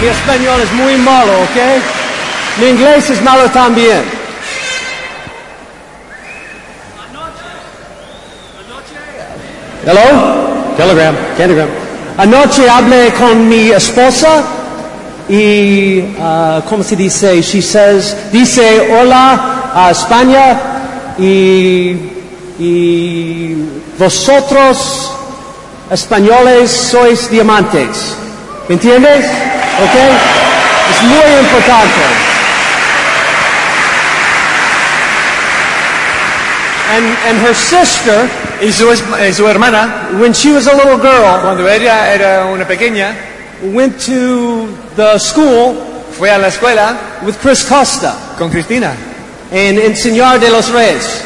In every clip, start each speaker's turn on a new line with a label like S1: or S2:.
S1: Mi español es muy malo, ¿ok? Mi inglés es malo también. Hello? Telegram. Telegram. Anoche hablé con mi esposa y, ah, ¿cómo se dice? She says, dice hola a España y, y vosotros españoles sois diamantes. ¿Me entiendes? ¿Ok? Es muy importante. And, and her sister,
S2: Y su, es- eh, su hermana,
S1: when she was a little girl,
S2: cuando ella era una pequeña,
S1: went to the school
S2: fue a la escuela
S1: with Chris Costa
S2: con Cristina
S1: and Enseñar de los Reyes.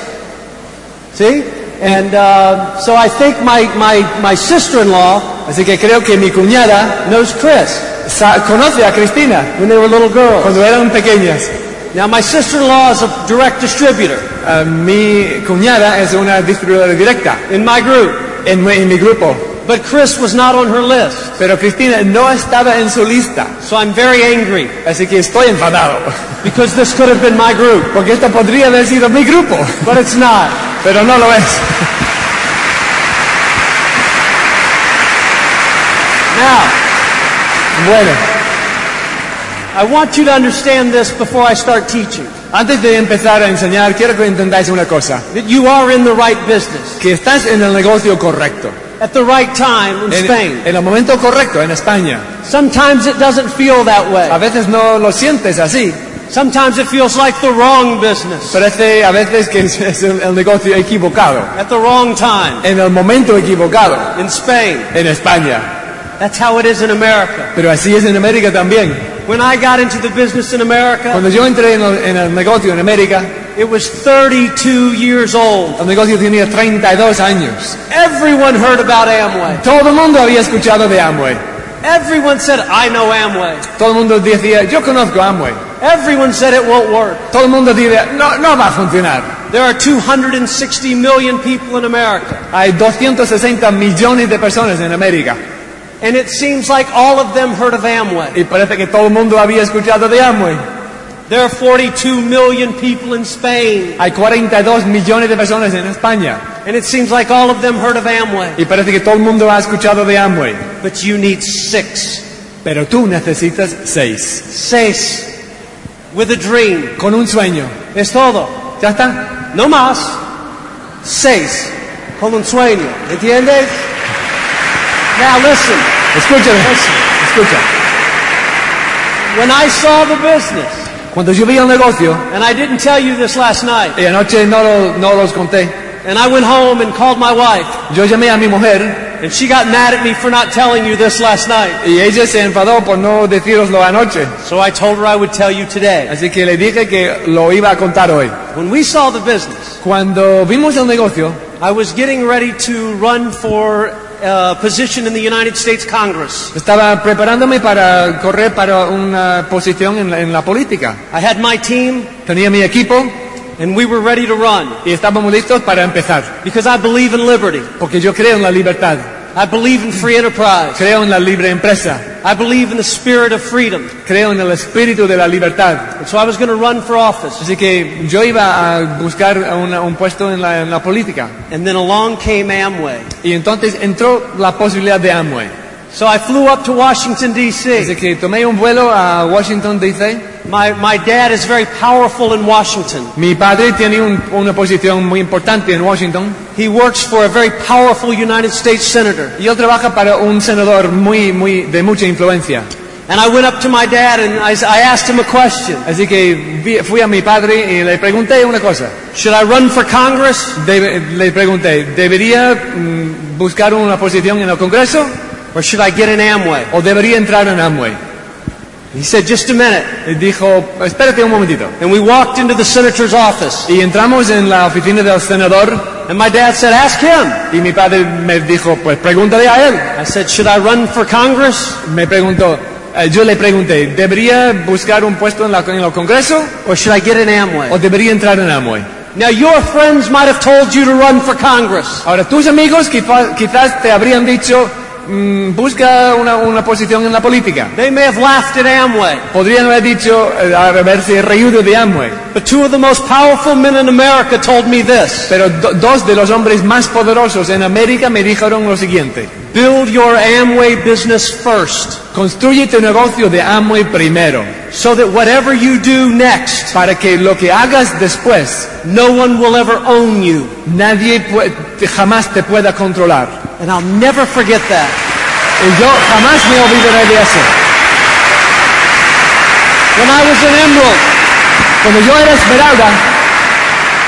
S1: See? And uh, so I think my, my, my sister-in-law
S2: Así que creo que mi cuñada
S1: knows Chris
S2: sa- conoce a Cristina
S1: when they were little girls.
S2: cuando eran pequeñas.
S1: Now my sister-in-law is a direct distributor
S2: Ah, mi cuñada es una distribuidora directa
S1: in my group,
S2: en, mi- en mi grupo,
S1: but Chris was not on her list,
S2: pero Cristina no estaba en su lista.
S1: so I'm very angry
S2: Así que estoy enfadado,
S1: because this could have been my group.
S2: porque esta podría haber sido mi grupo,
S1: But it's not.
S2: pero no lo es.
S1: Now,
S2: Bueno,
S1: I want you to understand this before I start teaching.
S2: antes de empezar a enseñar, quiero que entendáis una cosa,
S1: That you are in the right business
S2: que estás en el negocio correcto,
S1: at the right time in
S2: en,
S1: Spain.
S2: en el momento correcto, en España.
S1: Sometimes it doesn't feel that
S2: A
S1: way.
S2: veces no lo sientes así,
S1: Sometimes it feels like the wrong business
S2: parece este a veces que es- es el el negocio equivocado,
S1: at the wrong time
S2: en el momento equivocado,
S1: in Spain.
S2: en España.
S1: That's how it is in America.
S2: Pero así es en América también.
S1: When I got into the business in America,
S2: Cuando yo entré en el, en el negocio en América,
S1: it was 32 years old.
S2: el negocio tenía 32 años.
S1: Everyone heard about Amway.
S2: Todo el mundo había escuchado de Amway.
S1: Everyone said, I know Amway.
S2: Todo el mundo decía, yo conozco Amway.
S1: Everyone said it won't work.
S2: Todo el mundo dice, no, no va a funcionar.
S1: There are 260 million people in America.
S2: Hay 260 millones de personas en América
S1: And it seems like all of them heard of Amway.
S2: y parece que todo el mundo había escuchado de Amway.
S1: There are 42 million people in Spain.
S2: Hay 42 millones de personas en España
S1: And it seems like all of them heard of Amway.
S2: y parece que todo el mundo ha escuchado de Amway.
S1: But you need six.
S2: Pero tú necesitas seis.
S1: Seis. With a dream.
S2: Con un sueño.
S1: Es todo.
S2: ¿Ya está?
S1: No más. Seis. Con un sueño. ¿Entiendes? Now listen.
S2: Escúchame.
S1: Listen.
S2: Escucha.
S1: When I saw the business,
S2: Cuando yo vi el negocio,
S1: and I didn't tell you this last night,
S2: y anoche no, lo- no los conté,
S1: and I went home and called my wife,
S2: yo llamé a mi mujer
S1: and she got mad at me for not telling you this last night.
S2: y ella se enfadó por no deciroslo anoche.
S1: So I told her I would tell you today.
S2: Así que le dije que lo iba a contar hoy.
S1: When we saw the business,
S2: Cuando vimos el negocio,
S1: I was getting ready to run for a position in the United States Congress.
S2: estaba preparándome para correr para una posición en la, en la política.
S1: I had my team,
S2: Tenía mi equipo
S1: and we were ready to run
S2: y estábamos listos para empezar.
S1: because I believe in liberty.
S2: Porque yo creo en la libertad,
S1: I believe in free enterprise.
S2: creo en la libre empresa,
S1: I believe in the spirit of freedom.
S2: creo en el espíritu de la libertad.
S1: And so I was going to run for office.
S2: Así que yo iba a buscar una- un puesto en la, en la política.
S1: And then along came Amway.
S2: Y entonces entró la posibilidad de Amway.
S1: So I flew up to Washington,
S2: Así
S1: D.C.
S2: que tomé un vuelo a Washington, D.C.
S1: My, my dad is very powerful in Washington.
S2: Mi padre tiene un- una posición muy importante en Washington.
S1: He works for a very powerful United States senator.
S2: Y él trabaja para un senador muy, muy, de mucha influencia.
S1: And I went up to my dad and I, s- I asked him a question.
S2: Así que vi- fui a mi padre y le pregunté una cosa.
S1: Should I run for Congress
S2: Debe- le pregunté, ¿debería mm, buscar una posición en el Congreso
S1: or should I get in Amway?
S2: o debería entrar en Amway?
S1: He said, just a minute.
S2: Y dijo, espérate un momentito.
S1: And we walked into the senator's office.
S2: Y entramos en la oficina del senador
S1: And my dad said, ask him.
S2: y mi padre me dijo, pues pregúntale a él.
S1: I said, should I run for Congress
S2: Me preguntó, eh, yo le pregunté, ¿debería buscar un puesto en, la- en el Congreso
S1: or should I get in
S2: o
S1: Amway?
S2: debería entrar en Amway?
S1: Now your friends might have told you to run for Congress.
S2: Ahora, tus amigos quizá- quizás te habrían dicho, mm, busca una, una posición en la política.
S1: They may have laughed at Amway.
S2: Podrían haber dicho, eh, haberse reído de Amway.
S1: But two of the most powerful men in America told me this.
S2: Pero do- dos de los hombres más poderosos en América me dijeron lo siguiente.
S1: Build your Amway business first.
S2: Construye tu negocio de Amway primero,
S1: So that whatever you do next,
S2: para que lo que hagas después,
S1: no one will ever own you.
S2: nadie pue- te- jamás te pueda controlar.
S1: And I'll never forget that.
S2: Y yo jamás me olvidaré de eso.
S1: When I was in Emerald,
S2: Cuando yo era Esmeralda,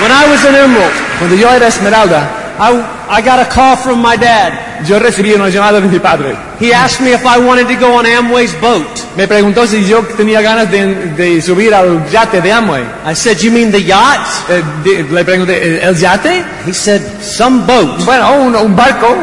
S1: when I was in Emerald,
S2: cuando yo era Esmeralda,
S1: I, I got a call from my dad.
S2: yo recibí una llamada de mi padre.
S1: He asked me if I wanted to go on Amway's boat.
S2: Me preguntó si yo tenía ganas de, de subir al yate de Amway.
S1: I said, you mean the yacht?
S2: Eh, di- le pregunté, "¿Eh, ¿el yate?
S1: He said, some boat.
S2: Bueno, un, un barco.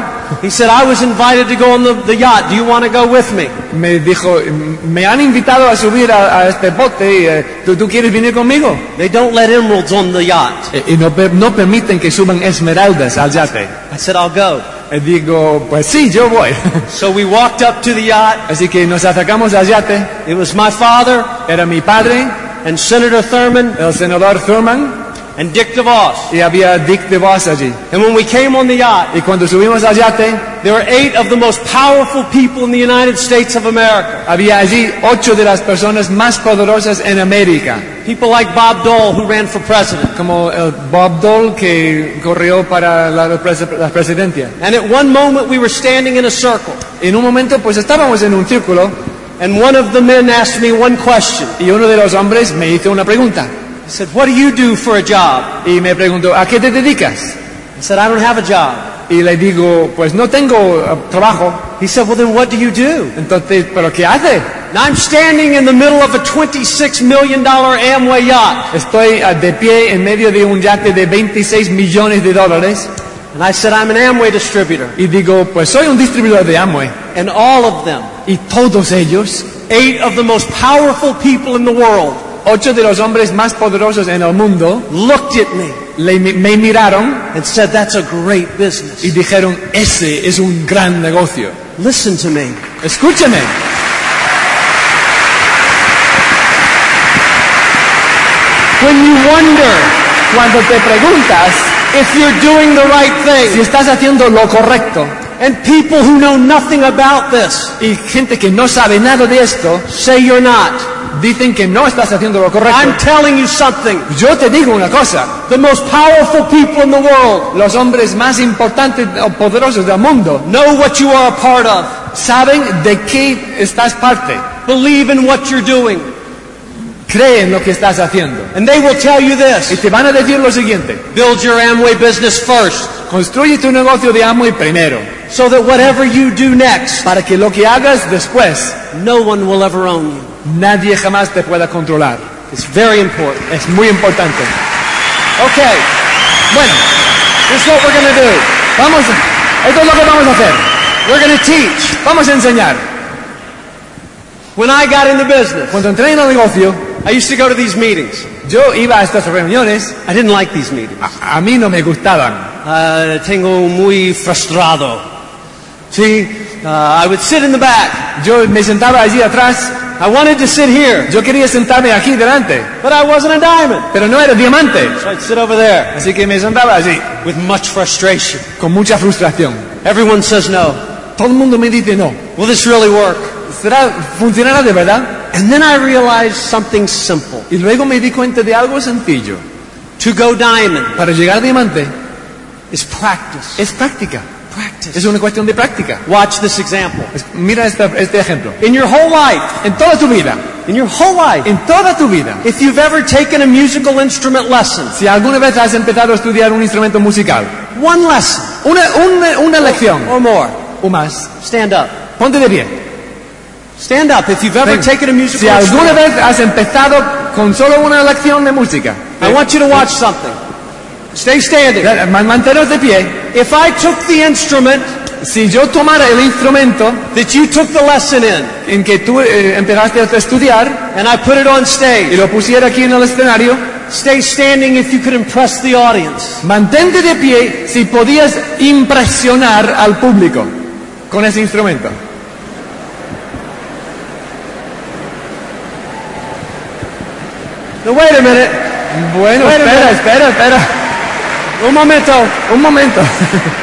S1: He said, I was invited to go on the, the yacht. Do you want to go with me?
S2: Me dijo, me han invitado a subir a, a este bote y eh, ¿tú, tú quieres venir conmigo.
S1: They don't let emeralds on the yacht.
S2: Eh, y no, per- no permiten que suban esmeraldas al yate.
S1: I said, I'll go.
S2: Eh, digo, pues sí, yo voy.
S1: So we walked up to the yacht.
S2: Así que nos acercamos al yate.
S1: It was my father
S2: Era mi padre,
S1: and Senator Thurman
S2: el senador Thurman
S1: and Dick DeVos.
S2: y había Dick DeVos allí.
S1: And when we came on the yacht,
S2: Y cuando subimos al yate,
S1: There were eight of the most powerful people in the United States of America.
S2: había allí ocho de las personas más poderosas en América,
S1: People like Bob Dole, who ran for president.
S2: como el Bob Dole que corrió para la, pres- la presidencia.
S1: And at one moment, we were standing in a circle,
S2: En un momento, pues estábamos en un círculo
S1: and one of the men asked me one question.
S2: y uno de los hombres me hizo una pregunta
S1: He said, What do you do for a job?
S2: y me preguntó, ¿a qué te dedicas?
S1: I said, I don't have a job.
S2: Y le digo, pues no tengo eh, trabajo.
S1: He said, Well, then what do you do?
S2: Entonces, ¿pero qué hace?
S1: And I'm standing in the middle of a $26 million Amway yacht.
S2: Estoy ah, de pie en medio de un yate de 26 millones de dólares
S1: And I said, I'm an Amway distributor.
S2: y digo, pues soy un distribuidor de Amway.
S1: And all of them,
S2: Y todos ellos,
S1: eight of the most powerful people in the world,
S2: ocho de los hombres más poderosos en el mundo,
S1: looked at me
S2: le- me miraron
S1: and said, That's a great business.
S2: y dijeron, ese es un gran negocio.
S1: Listen to me.
S2: Escúchame,
S1: When you wonder
S2: cuando te preguntas
S1: if you're doing the right
S2: si
S1: thing,
S2: estás haciendo lo correcto
S1: and people who know nothing about this
S2: y gente que no sabe nada de esto,
S1: say you're not,
S2: dicen que no estás haciendo lo
S1: I'm
S2: correcto.
S1: telling you something.
S2: Yo te digo una cosa,
S1: The most powerful people in the world
S2: los hombres más importantes o poderosos del mundo
S1: know what you are a part of,
S2: saben de qué estás parte,
S1: believe in what you're doing,
S2: creen lo que estás haciendo.
S1: and they will tell you
S2: Y
S1: this
S2: te van a decir lo siguiente,
S1: build your Amway business first,
S2: construye tu negocio de Amway primero,
S1: so that whatever you do next,
S2: para que lo que hagas después
S1: no one will ever own you.
S2: nadie jamás te pueda controlar.
S1: It's very important.
S2: Es muy importante.
S1: Okay,
S2: Bueno,
S1: here's what we're going to do
S2: vamos, esto es lo que vamos a hacer.
S1: we're going to teach.
S2: Vamos a enseñar.
S1: When I got into business,
S2: Cuando entré en el negocio,
S1: I used to go to these meetings.
S2: yo iba a estas reuniones.
S1: I didn't like these meetings.
S2: A, a mí no me gustaban.
S1: Uh, tengo muy frustrado. See, uh, I would sit in the back.
S2: Yo me sentaba allí atrás.
S1: I wanted to sit here,
S2: Yo quería sentarme aquí delante,
S1: but I wasn't a diamond.
S2: pero no era diamante.
S1: So I'd sit over there
S2: Así que me sentaba allí
S1: with much frustration.
S2: con mucha frustración.
S1: Everyone says no.
S2: Todo el mundo me dice no.
S1: Will this really work?
S2: ¿Será, ¿Funcionará de verdad?
S1: And then I realized something simple.
S2: Y luego me di cuenta de algo sencillo.
S1: To go diamond
S2: Para llegar a diamante
S1: is practice.
S2: es práctica.
S1: practice.
S2: Es una cuestión de práctica.
S1: Watch this example.
S2: Es- Mira esta- este ejemplo.
S1: In your whole life,
S2: En toda tu vida,
S1: in your whole life,
S2: en toda tu vida,
S1: if you've ever taken a musical instrument lesson,
S2: si alguna vez has empezado a estudiar un instrumento musical,
S1: one lesson
S2: una, una, una lección
S1: or more,
S2: o más,
S1: stand up.
S2: ponte de pie.
S1: Stand up if you've ever
S2: Ven.
S1: taken a musical
S2: Si alguna
S1: instrument.
S2: vez has empezado con solo una lección de música,
S1: I want you to watch something. Stay standing.
S2: eh, man- mantenos de pie.
S1: If I took the instrument
S2: Si yo tomara el instrumento
S1: that you took the lesson in
S2: en que tú eh, empezaste a estudiar
S1: and I put it on
S2: y
S1: stage,
S2: lo pusiera aquí en el escenario,
S1: stay standing if you could impress the audience.
S2: mantente de pie si podías impresionar al público con ese instrumento.
S1: Now wait a minute.
S2: Bueno,
S1: Wait a
S2: espera,
S1: minute.
S2: espera, espera.
S1: Un momento.
S2: Un momento.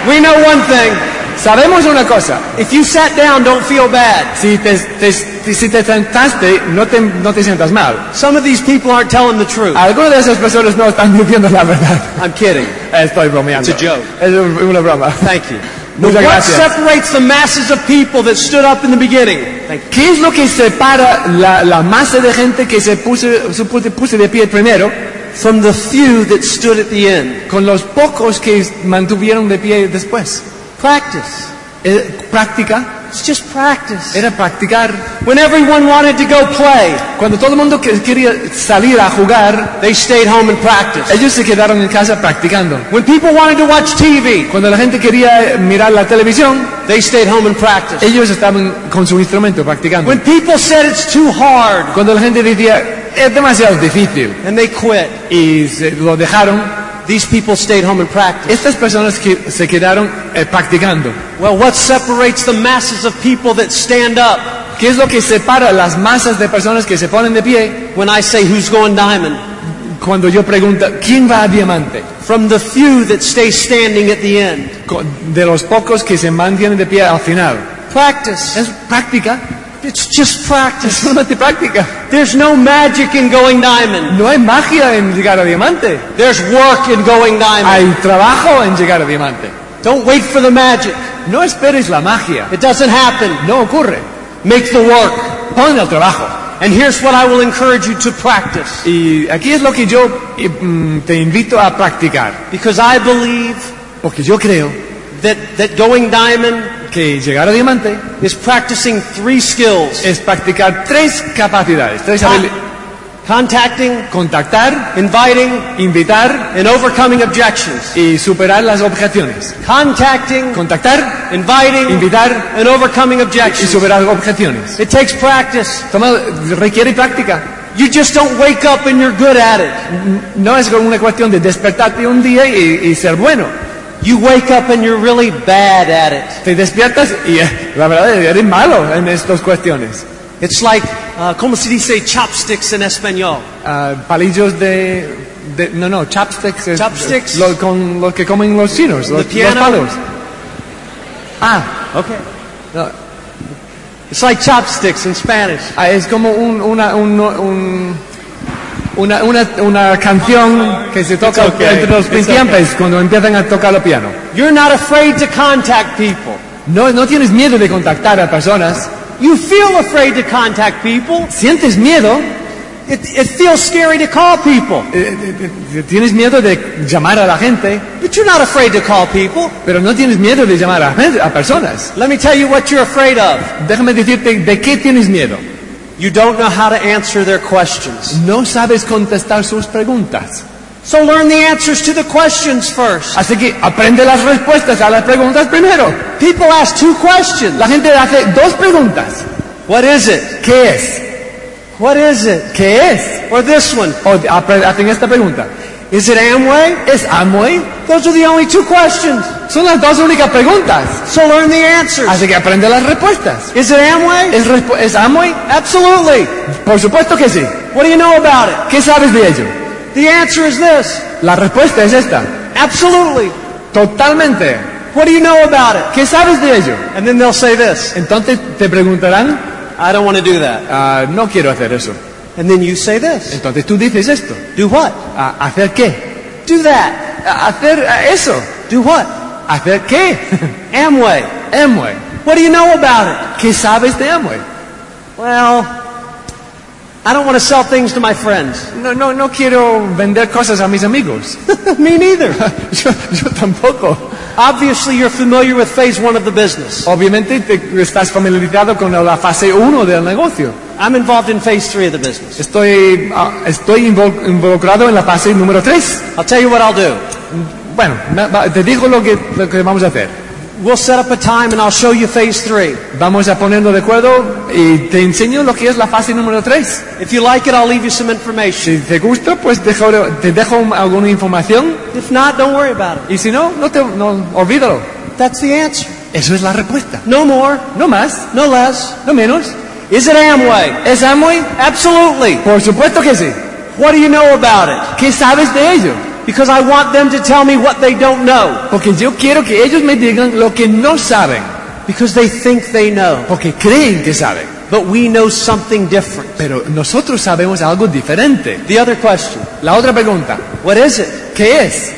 S1: We know one thing.
S2: Sabemos una cosa.
S1: If you sat down, don't feel bad.
S2: Si te, te- si te sentaste, no te, no te sientas mal.
S1: Some of these people aren't telling the truth.
S2: Algunas de esas personas no están diciendo la verdad.
S1: I'm kidding.
S2: Estoy bromeando.
S1: It's a joke.
S2: Es un- una broma.
S1: Thank you.
S2: Muchas
S1: But what
S2: gracias.
S1: separates the masses of people that stood up in the beginning? Thank you.
S2: ¿Qué es lo que separa la, la masa de gente que se puso, se puso- puso de pie primero
S1: From the few that stood at the end.
S2: con los pocos que mantuvieron de pie después?
S1: Practice.
S2: Eh, práctica
S1: It's just practice.
S2: era practicar.
S1: When everyone wanted to go play,
S2: Cuando todo el mundo que- quería salir a jugar,
S1: they stayed home and practiced.
S2: ellos se quedaron en casa practicando.
S1: When people wanted to watch TV,
S2: Cuando la gente quería eh, mirar la televisión,
S1: they stayed home and practiced.
S2: ellos estaban con su instrumento practicando.
S1: When people said it's too hard
S2: Cuando la gente decía, es demasiado difícil,
S1: and they quit,
S2: y se- lo dejaron,
S1: these people stayed home and practiced.
S2: estas personas que se quedaron eh, practicando.
S1: Well, what separates the masses of people that stand up?
S2: ¿Qué es lo que separa las masas de personas que se ponen de pie
S1: When I say who's going diamond,
S2: cuando yo pregunto quién va a diamante?
S1: from the few that stay standing at the end.
S2: Co- De los pocos que se mantienen de pie al final.
S1: Practice.
S2: Es práctica,
S1: It's just practice.
S2: es una práctica.
S1: There's no magic in going diamond.
S2: No hay magia en llegar a diamante.
S1: There's work in going diamond.
S2: Hay trabajo en llegar a diamante.
S1: Don't wait for the magic.
S2: No esperes la magia.
S1: It doesn't happen.
S2: No ocurre.
S1: Make the work.
S2: Pon el trabajo.
S1: And here's what I will encourage you to practice.
S2: Y aquí es lo que yo eh, mm, te invito a practicar.
S1: Because I believe
S2: Porque yo creo
S1: that, that going diamond
S2: que llegar a diamante
S1: is practicing three skills.
S2: es practicar tres capacidades. Tres habili-
S1: Ah. Contacting,
S2: Contactar,
S1: inviting,
S2: invitar
S1: and overcoming objections.
S2: y superar las objeciones.
S1: Contacting,
S2: Contactar,
S1: inviting,
S2: invitar
S1: and overcoming
S2: y
S1: objections.
S2: superar objeciones.
S1: It takes practice.
S2: Toma, requiere práctica.
S1: You just don't wake up and you're good at it.
S2: No es una cuestión de despertarte un día y, y ser bueno.
S1: You wake up and you're really bad at it.
S2: Te despiertas y eh, la verdad eres malo en estas cuestiones.
S1: It's like, uh, como se dice chopsticks en español?
S2: Ah, palillos de, de- No, no, chopsticks. es-
S1: Chopsticks.
S2: Lo, con lo que comen los chinos, los, los
S1: piano.
S2: palos. Ah,
S1: Okay.
S2: no,
S1: It's like chopsticks in Spanish.
S2: ah, es como un, una, un- un- una, una, una canción que se toca
S1: It's okay.
S2: entre los
S1: It's
S2: principiantes cuando empiezan a tocar el piano.
S1: You're not afraid to contact people.
S2: No, no tienes miedo de contactar a personas.
S1: You feel afraid to contact people.
S2: Sientes miedo,
S1: It, it feels scary to call people.
S2: eh, eh, eh, tienes miedo de llamar a la gente,
S1: But you're not afraid to call people.
S2: pero no tienes miedo de llamar a, gen- a personas.
S1: Let me tell you what you're afraid of.
S2: Déjame decirte de qué tienes miedo.
S1: You don't know how to answer their questions.
S2: No sabes contestar sus preguntas.
S1: So learn the answers to the questions first.
S2: Así que aprende las respuestas a las preguntas primero.
S1: People ask two questions.
S2: La gente hace dos preguntas.
S1: What is it?
S2: ¿Qué es?
S1: What is it?
S2: ¿Qué es?
S1: Or this one.
S2: O de- apre- hacen esta pregunta.
S1: Is it Amway?
S2: ¿Es Amway?
S1: Those are the only two questions.
S2: Son las dos únicas preguntas.
S1: So learn the answers.
S2: Así que aprende las respuestas.
S1: Is it Amway?
S2: ¿Es, respu- ¿Es Amway?
S1: Absolutely.
S2: Por supuesto que sí.
S1: What do you know about
S2: ¿Qué sabes de ello?
S1: it? The answer is this.
S2: La respuesta es esta.
S1: Absolutely.
S2: Totalmente.
S1: What do you know about it?
S2: ¿Qué sabes de ello?
S1: And then they'll say this.
S2: Entonces te preguntarán,
S1: I don't want to do that.
S2: "Ah, no quiero hacer eso.
S1: And then you say this.
S2: Entonces tú dices esto.
S1: Do what?
S2: "Ah, ¿Hacer qué?
S1: Do that.
S2: "Ah, ¿Hacer ah, eso?
S1: Do what?
S2: ¿Hacer qué?
S1: Amway.
S2: Amway.
S1: What do you know about
S2: ¿Qué sabes de Amway?
S1: it? Well, I don't want to sell things to my friends.
S2: No, no, no quiero vender cosas a mis amigos.
S1: Me neither.
S2: yo, yo tampoco.
S1: Obviously, you're familiar with phase one of the business.
S2: Obviamente te- estás familiarizado con la fase 1 del negocio.
S1: I'm involved in phase three of the business.
S2: Estoy, ah, estoy invol- involucrado en la fase número 3.
S1: I'll tell you what I'll do.
S2: Bueno, na- va- te digo lo que, lo que vamos a hacer.
S1: We'll set up a time and I'll show you phase three.
S2: Vamos a ponernos de acuerdo y te enseño lo que es la fase número 3.
S1: If you like it, I'll leave you some information.
S2: Si te gusta, pues dejo- te dejo un- alguna información
S1: If not, don't worry about it.
S2: y si no, no te no, olvídalo.
S1: That's the answer.
S2: Eso es la respuesta.
S1: No more,
S2: No más,
S1: no less.
S2: no menos.
S1: Is it Amway?
S2: ¿Es Amway?
S1: Absolutely.
S2: Por supuesto que sí.
S1: What do you know about
S2: ¿Qué sabes de ello?
S1: it? Because I want them to tell me what they don't know.
S2: Porque yo quiero que ellos me digan lo que no saben.
S1: Because they think they know.
S2: Porque creen que saben.
S1: But we know something different.
S2: Pero nosotros sabemos algo diferente.
S1: The other question
S2: La otra pregunta,
S1: What is it?
S2: ¿qué es?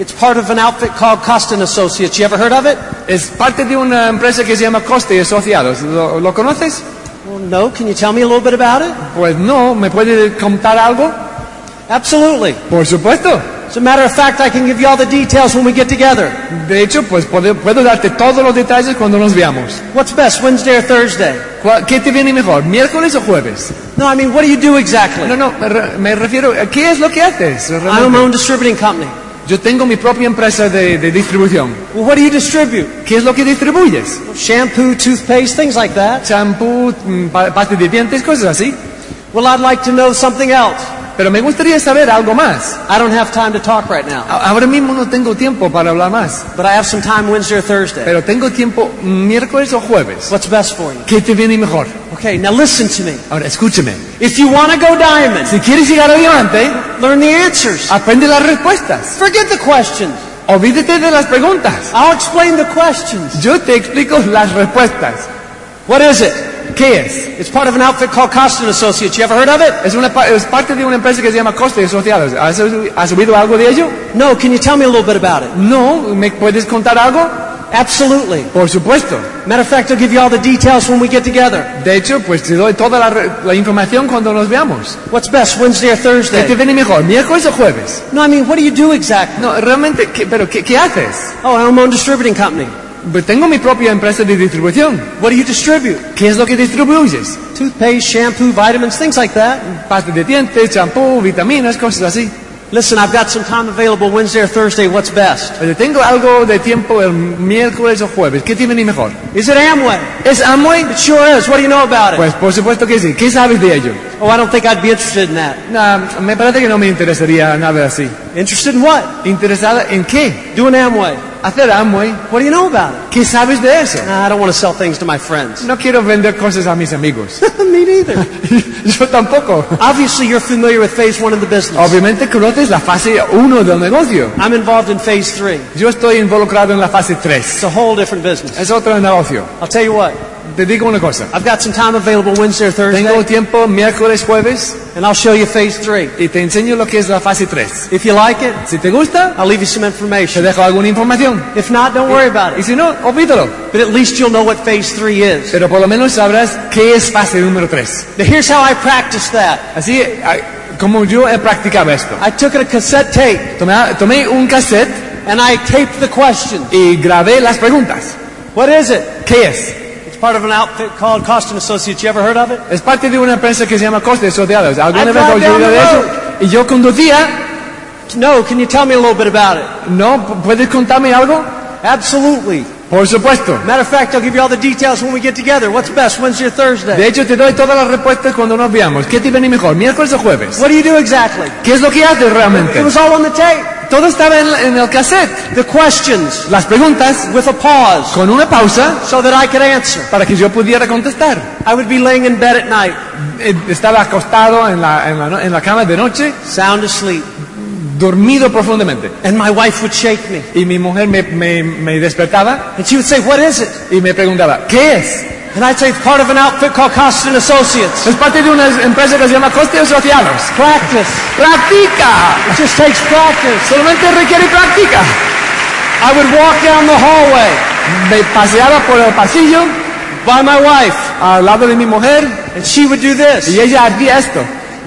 S1: It's part of an outfit called Costa and Associates. You ever heard of it?
S2: Es parte de una empresa que se llama Costa y Asociados. ¿Lo, lo conoces?
S1: Well, no. Can you tell me a little bit about it?
S2: Pues no, ¿me puede contar algo?
S1: Absolutely.
S2: Por supuesto.
S1: As a matter of fact, I can give you all the details when we get together.
S2: De hecho, pues puedo, puedo darte todos los detalles cuando nos veamos.
S1: What's best, Wednesday or Thursday?
S2: ¿Cuál- ¿Qué te viene mejor, miércoles o jueves?
S1: No, I mean, what do you do
S2: No,
S1: exactly?
S2: no, me, re- me refiero, a ¿qué es lo que haces?
S1: I'm a
S2: realmente?
S1: own distributing company.
S2: Yo tengo mi propia empresa de, de distribución.
S1: Well, what do you distribute?
S2: ¿Qué es lo que distribuyes?
S1: Shampoo, toothpaste, things like that.
S2: Champú, mm, pa- pasta de dientes, cosas así.
S1: Well, I'd like to know something else.
S2: Pero me gustaría saber algo más.
S1: I don't have time to talk right now,
S2: A- Ahora mismo no tengo tiempo para hablar más,
S1: but I have some time Wednesday or Thursday.
S2: pero tengo tiempo miércoles o jueves.
S1: What's best for you?
S2: ¿Qué te viene mejor?
S1: Okay, now listen to me.
S2: Ahora, escúcheme.
S1: If you want to go diamond,
S2: Si quieres llegar a diamante,
S1: learn the answers.
S2: aprende las respuestas.
S1: Forget the questions.
S2: Olvídate de las preguntas.
S1: I'll explain the questions.
S2: Yo te explico las respuestas.
S1: What is it?
S2: ¿Qué es?
S1: It's part of an outfit called Costa and Associates. You ever heard of it?
S2: Es, una, pa- es parte de una empresa que se llama Costa y Asociados. ¿Has, oí- has oído algo de ello?
S1: No, can you tell me a little bit about it?
S2: No. ¿Me puedes contar algo?
S1: Absolutely.
S2: Por supuesto.
S1: Matter of fact, I'll give you all the details when we get together.
S2: De hecho, pues te doy toda la, re- la información cuando nos veamos.
S1: What's best, Wednesday or
S2: ¿Qué te
S1: Thursday?
S2: viene mejor, miércoles o jueves?
S1: No, I mean, what do you do exactly?
S2: No, realmente, ¿qué- ¿pero qué, qué haces?
S1: Oh, I'm a own distributing company.
S2: Pues tengo mi propia empresa de distribución.
S1: What do you distribute?
S2: ¿Qué es lo que distribuyes?
S1: Toothpaste, shampoo, vitamins, things like that.
S2: Pasta de dientes, champú, vitaminas, cosas así.
S1: Listen, I've got some time available Wednesday or Thursday. What's best?
S2: Pero tengo algo de tiempo el miércoles o jueves. ¿Qué te viene mejor?
S1: Is it Amway?
S2: ¿Es Amway?
S1: It sure is. What do you know about it?
S2: Pues por supuesto que sí. ¿Qué sabes de ello?
S1: Oh, I don't think I'd be interested in that.
S2: Nah, me parece que no me interesaría nada así.
S1: Interested in what?
S2: ¿Interesada en qué?
S1: Doing Amway.
S2: Hacer Amway.
S1: What do you know about it?
S2: ¿Qué sabes de eso?
S1: Nah, I don't want to sell things to my friends.
S2: No quiero vender cosas a mis amigos.
S1: Me neither.
S2: Yo tampoco.
S1: Obviously, you're familiar with phase one of the business.
S2: Obviamente conoces la fase 1 del negocio.
S1: I'm involved in phase three.
S2: Yo estoy involucrado en la fase 3.
S1: It's a whole different business.
S2: Es otro negocio.
S1: I'll tell you what.
S2: Te digo una cosa.
S1: I've got some time available Wednesday or
S2: Tengo
S1: Thursday,
S2: tiempo miércoles, jueves
S1: and I'll show you phase three.
S2: y te enseño lo que es la fase 3.
S1: If you like it,
S2: Si te gusta,
S1: I'll leave you some
S2: te
S1: information.
S2: dejo alguna información.
S1: If not, don't worry about
S2: Y
S1: it.
S2: si no, olvídalo.
S1: But at least you'll know what phase three is.
S2: Pero por lo menos sabrás qué es fase número 3.
S1: Now, here's how I practiced that.
S2: Así ah, como yo he practicado esto.
S1: I took a cassette tape
S2: Tomé, tomé un cassette
S1: and I taped the question.
S2: y grabé las preguntas.
S1: What is it?
S2: ¿Qué es?
S1: It's part of an outfit called Cost and Associates. You ever heard of it?
S2: Es parte de una empresa que se llama Costes Asociados. ¿Alguna
S1: I
S2: vez
S1: drive
S2: has
S1: down
S2: oído
S1: the
S2: de eso?
S1: road.
S2: Y yo conducía.
S1: No. Can you tell me a little bit about it?
S2: ¿No? ¿Puedes contarme algo?
S1: Absolutely.
S2: Por supuesto.
S1: Matter of fact, I'll give you all the details when we get together. What's best, Wednesday or Thursday?
S2: De hecho, te doy todas las respuestas cuando nos veamos. ¿Qué te viene mejor, miércoles o jueves?
S1: What do you do exactly?
S2: ¿Qué es lo que haces
S1: It
S2: realmente?
S1: was all on the tape.
S2: Todo estaba en, en el cassette.
S1: The questions
S2: Las preguntas,
S1: with a pause
S2: con una pausa,
S1: so that I could answer.
S2: para que yo pudiera contestar.
S1: I would be laying in bed at night,
S2: Eh, Estaba acostado en la, en la no- en la cama de noche,
S1: sound asleep,
S2: dormido profundamente.
S1: and my wife would shake me.
S2: Y mi mujer me, me- me despertaba
S1: And she would say, What is it?
S2: y me preguntaba, ¿qué es?
S1: And I'd say, It's part of an outfit called Costa and Associates.
S2: Es parte de una empresa que se llama Costes Asociados.
S1: Practice.
S2: ¡Practica!
S1: It just takes practice.
S2: Solamente requiere práctica.
S1: I would walk down the hallway
S2: Me paseaba por el pasillo
S1: by my wife,
S2: al lado de mi mujer
S1: and she would do this.
S2: y ella hacía esto.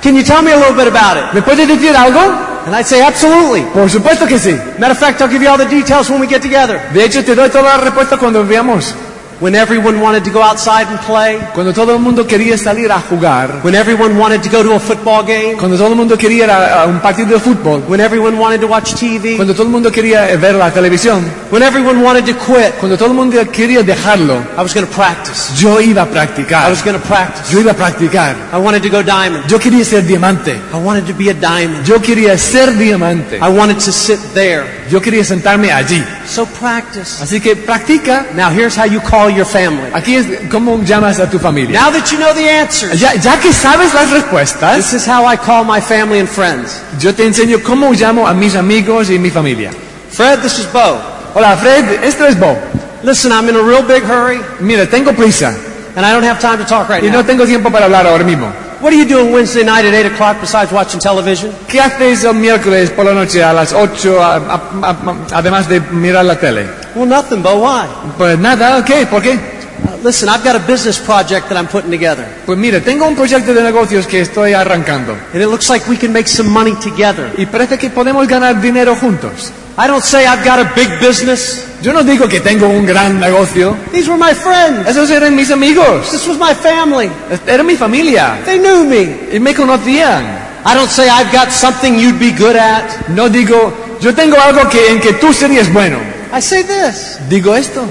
S1: Can you tell me a little bit about it?
S2: ¿Me puedes decir algo?
S1: And I'd say, absolutely.
S2: Por supuesto que sí.
S1: Matter of fact, I'll give you all the details when we get together.
S2: De hecho, te doy toda la respuesta cuando veamos.
S1: When everyone wanted to go outside and play,
S2: Cuando todo el mundo quería salir a jugar,
S1: when everyone wanted to go to a football game,
S2: cuando todo el mundo quería ir a, a un partido de fútbol,
S1: when everyone wanted to watch TV,
S2: cuando todo el mundo quería eh, ver la televisión,
S1: when everyone wanted to quit,
S2: cuando todo el mundo quería dejarlo,
S1: I was going to practice.
S2: yo iba a
S1: I
S2: practicar.
S1: was going to practice.
S2: Yo iba a practicar.
S1: I wanted to go diamond.
S2: Yo quería ser diamante.
S1: I wanted to be a diamond.
S2: Yo quería ser diamante.
S1: I wanted to sit there.
S2: Yo quería sentarme allí.
S1: So practice.
S2: Así que practica.
S1: Now here's how you call your family.
S2: Aquí es cómo llamas a tu familia.
S1: Now that you know the answers,
S2: Ya, ya que sabes las
S1: this
S2: respuestas,
S1: is how I call my family and friends.
S2: yo te enseño cómo llamo a mis amigos y mi familia.
S1: Fred, this is Bo.
S2: Hola Fred, esto es Bob.
S1: Listen, I'm in a real big hurry,
S2: Mira, tengo prisa
S1: and I don't have time to talk right
S2: y no
S1: now.
S2: tengo tiempo para hablar ahora mismo.
S1: What are you doing Wednesday night at 8 o'clock besides watching television?
S2: ¿Qué haces el miércoles por la noche a las 8, a- a- a- además de mirar la tele?
S1: Well, nothing, Bo. Why?
S2: Pues nada, ok, ¿por qué?
S1: Uh, listen, I've got a business project that I'm putting together,
S2: Pues mira, tengo un proyecto de negocios que estoy arrancando
S1: and it looks like we can make some money together.
S2: y parece que podemos ganar dinero juntos.
S1: I don't say I've got a big business.
S2: Yo no digo que tengo un gran negocio,
S1: These were my friends.
S2: esos eran mis amigos,
S1: This was my family.
S2: era mi familia
S1: They knew me.
S2: y me conocían.
S1: I don't say I've got something you'd be good at.
S2: No digo, yo tengo algo que, en que tú serías bueno.
S1: I say this.
S2: Digo esto.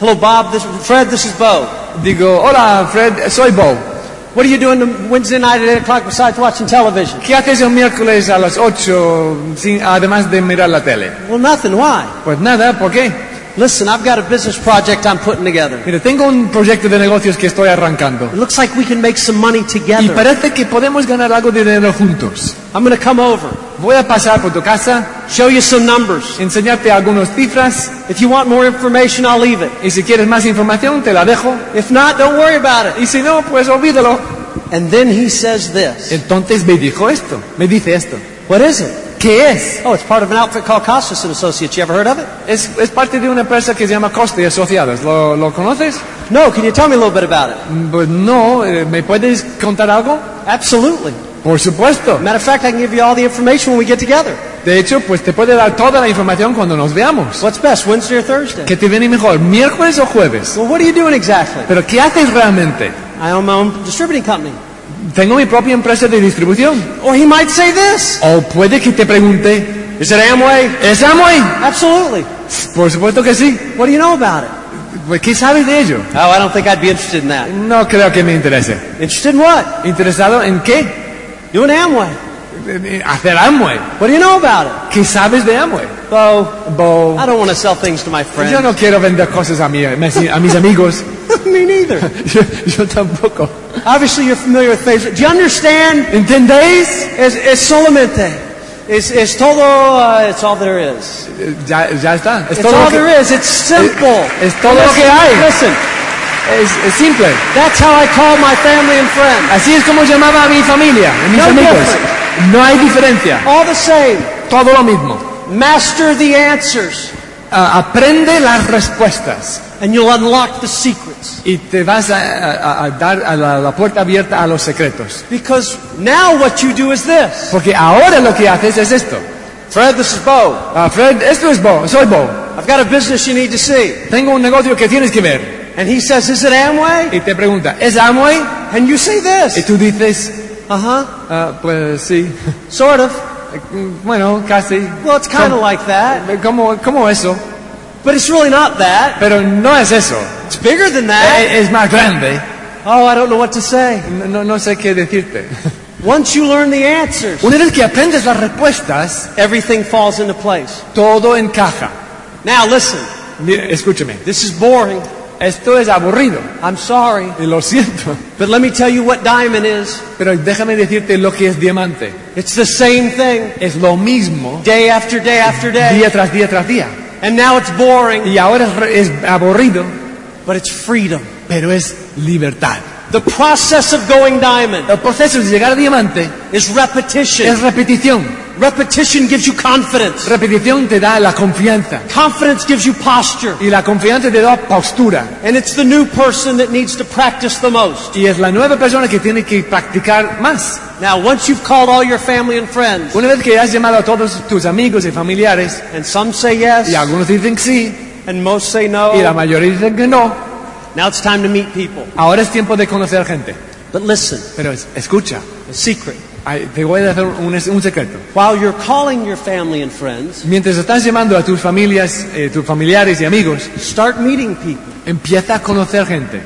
S1: Hello, Bob. This Fred. This is Bo.
S2: Digo, hola Fred, soy Bob.
S1: What are you doing the Wednesday night at eight o'clock besides watching television?
S2: ¿Qué haces el miércoles a las 8 sin- además de mirar la tele?
S1: Well, nothing. Why?
S2: Pues nada, ¿por qué?
S1: Listen, I've got a business project I'm putting together.
S2: Mira, tengo un proyecto de negocios que estoy arrancando.
S1: It looks like we can make some money
S2: Y
S1: together.
S2: parece que podemos ganar algo de dinero juntos.
S1: I'm going to come over,
S2: Voy a pasar por tu casa,
S1: show you some numbers.
S2: enseñarte algunas cifras
S1: If you want more information, I'll leave it.
S2: y si quieres más información te la dejo.
S1: If not, don't worry about it.
S2: Y si no, pues olvídalo.
S1: And then he says this.
S2: Entonces me dijo esto, me dice esto.
S1: What is it?
S2: ¿Qué es?
S1: Oh, it's part of an outfit called Costas and Associates. You ever heard of it?
S2: Es, es parte de una empresa que se llama Costa y Asociados. ¿Lo, lo conoces?
S1: No. Can you tell me a little bit about it?
S2: Mm, Pues no, eh, ¿me puedes contar algo?
S1: Absolutely.
S2: Por supuesto.
S1: Matter of fact, I can give you all the information when we get together.
S2: De hecho, pues te puede dar toda la información cuando nos veamos.
S1: What's best, Wednesday or Thursday?
S2: ¿Qué te viene mejor, miércoles o jueves?
S1: Well, what are you doing exactly?
S2: Pero ¿qué haces realmente?
S1: I own my own distributing company.
S2: Tengo mi propia empresa de distribución.
S1: Or he might say this.
S2: O puede que te pregunte,
S1: Is it Amway?
S2: ¿es Amway?
S1: Absolutely.
S2: Por supuesto que sí.
S1: What do you know about it?
S2: Pues, ¿Qué sabes de ello?
S1: Oh, I don't think I'd be interested in that.
S2: No creo que me interese.
S1: Interested in what?
S2: ¿Interesado en qué?
S1: Doing Amway.
S2: En Hacer Amway.
S1: What do you know about
S2: ¿Qué sabes de Amway?
S1: it? Bo,
S2: Bo,
S1: I don't want to sell things to my
S2: yo
S1: friends.
S2: no quiero vender cosas a, mi- a mis amigos.
S1: Me neither.
S2: Yo, yo tampoco.
S1: Obviously, you're familiar with Facebook. Do you understand?
S2: ¿Entendéis?
S1: Es, es solamente. Es, es todo. uh, it's all there is.
S2: Eh, Ya, ya está. Es
S1: It's
S2: todo lo
S1: all
S2: que-
S1: there is. It's simple.
S2: Es todo lo que
S1: Listen,
S2: hay.
S1: Listen,
S2: es, es simple.
S1: that's how I call my family and friends.
S2: Así es como llamaba a mi familia, a mis
S1: No
S2: amigos.
S1: difference.
S2: No hay diferencia.
S1: All the same.
S2: Todo lo mismo.
S1: Master the answers,
S2: Ah, aprende las respuestas
S1: and you'll unlock the secrets.
S2: y te vas a, a- a dar a la- la puerta abierta a los secretos.
S1: Because now what you do is this.
S2: Porque ahora lo que haces es esto.
S1: Fred, this is Bo.
S2: Ah, Fred, esto es Bo, soy Bo.
S1: I've got a business you need to see.
S2: Tengo un negocio que tienes que ver.
S1: And he says, Is it Amway?
S2: Y te pregunta, ¿es Amway?
S1: And you say
S2: Y
S1: this.
S2: tú dices,
S1: Uh huh.
S2: ah, pues sí.
S1: Sort of.
S2: Bueno, casi.
S1: Well, it's kind of like that.
S2: Como, como eso.
S1: But it's really not that.
S2: Pero no es eso.
S1: It's bigger than that.
S2: E- Es más grande.
S1: Oh, I don't know what to say.
S2: No, no- no sé qué decirte.
S1: Once you learn the answers,
S2: Una vez que aprendes las respuestas,
S1: everything falls into place.
S2: todo encaja.
S1: Now, listen.
S2: Mira, escúchame.
S1: This is boring.
S2: Esto es aburrido.
S1: I'm sorry.
S2: Y lo siento.
S1: But let me tell you what diamond is.
S2: Pero déjame decirte lo que es diamante.
S1: It's the same thing.
S2: Es lo mismo
S1: Day after day after day.
S2: día tras día tras día.
S1: And now it's boring,
S2: Y ahora es re- es aburrido.
S1: but it's freedom.
S2: pero es libertad.
S1: The process of going diamond
S2: El proceso de llegar a diamante
S1: is repetition.
S2: es repetición.
S1: Repetition gives you confidence.
S2: Repetición te da la confianza.
S1: Confidence gives you posture.
S2: Y la confianza te da postura.
S1: And it's the new person that needs to practice the most.
S2: Y es la nueva persona que tiene que practicar más.
S1: Now, once you've called all your family and friends,
S2: Una vez que has llamado a todos tus amigos y familiares,
S1: and some say
S2: y
S1: yes,
S2: algunos dicen sí,
S1: and most say
S2: y la
S1: no,
S2: mayoría dicen que no,
S1: now it's time to meet people.
S2: ahora es tiempo de conocer gente.
S1: But listen,
S2: Pero es- escucha,
S1: a secret.
S2: ay, te voy a hacer un, un secreto.
S1: While you're calling your family and friends,
S2: Mientras estás llamando a tus familias, eh, tus familiares y amigos,
S1: start meeting people.
S2: empieza a conocer gente.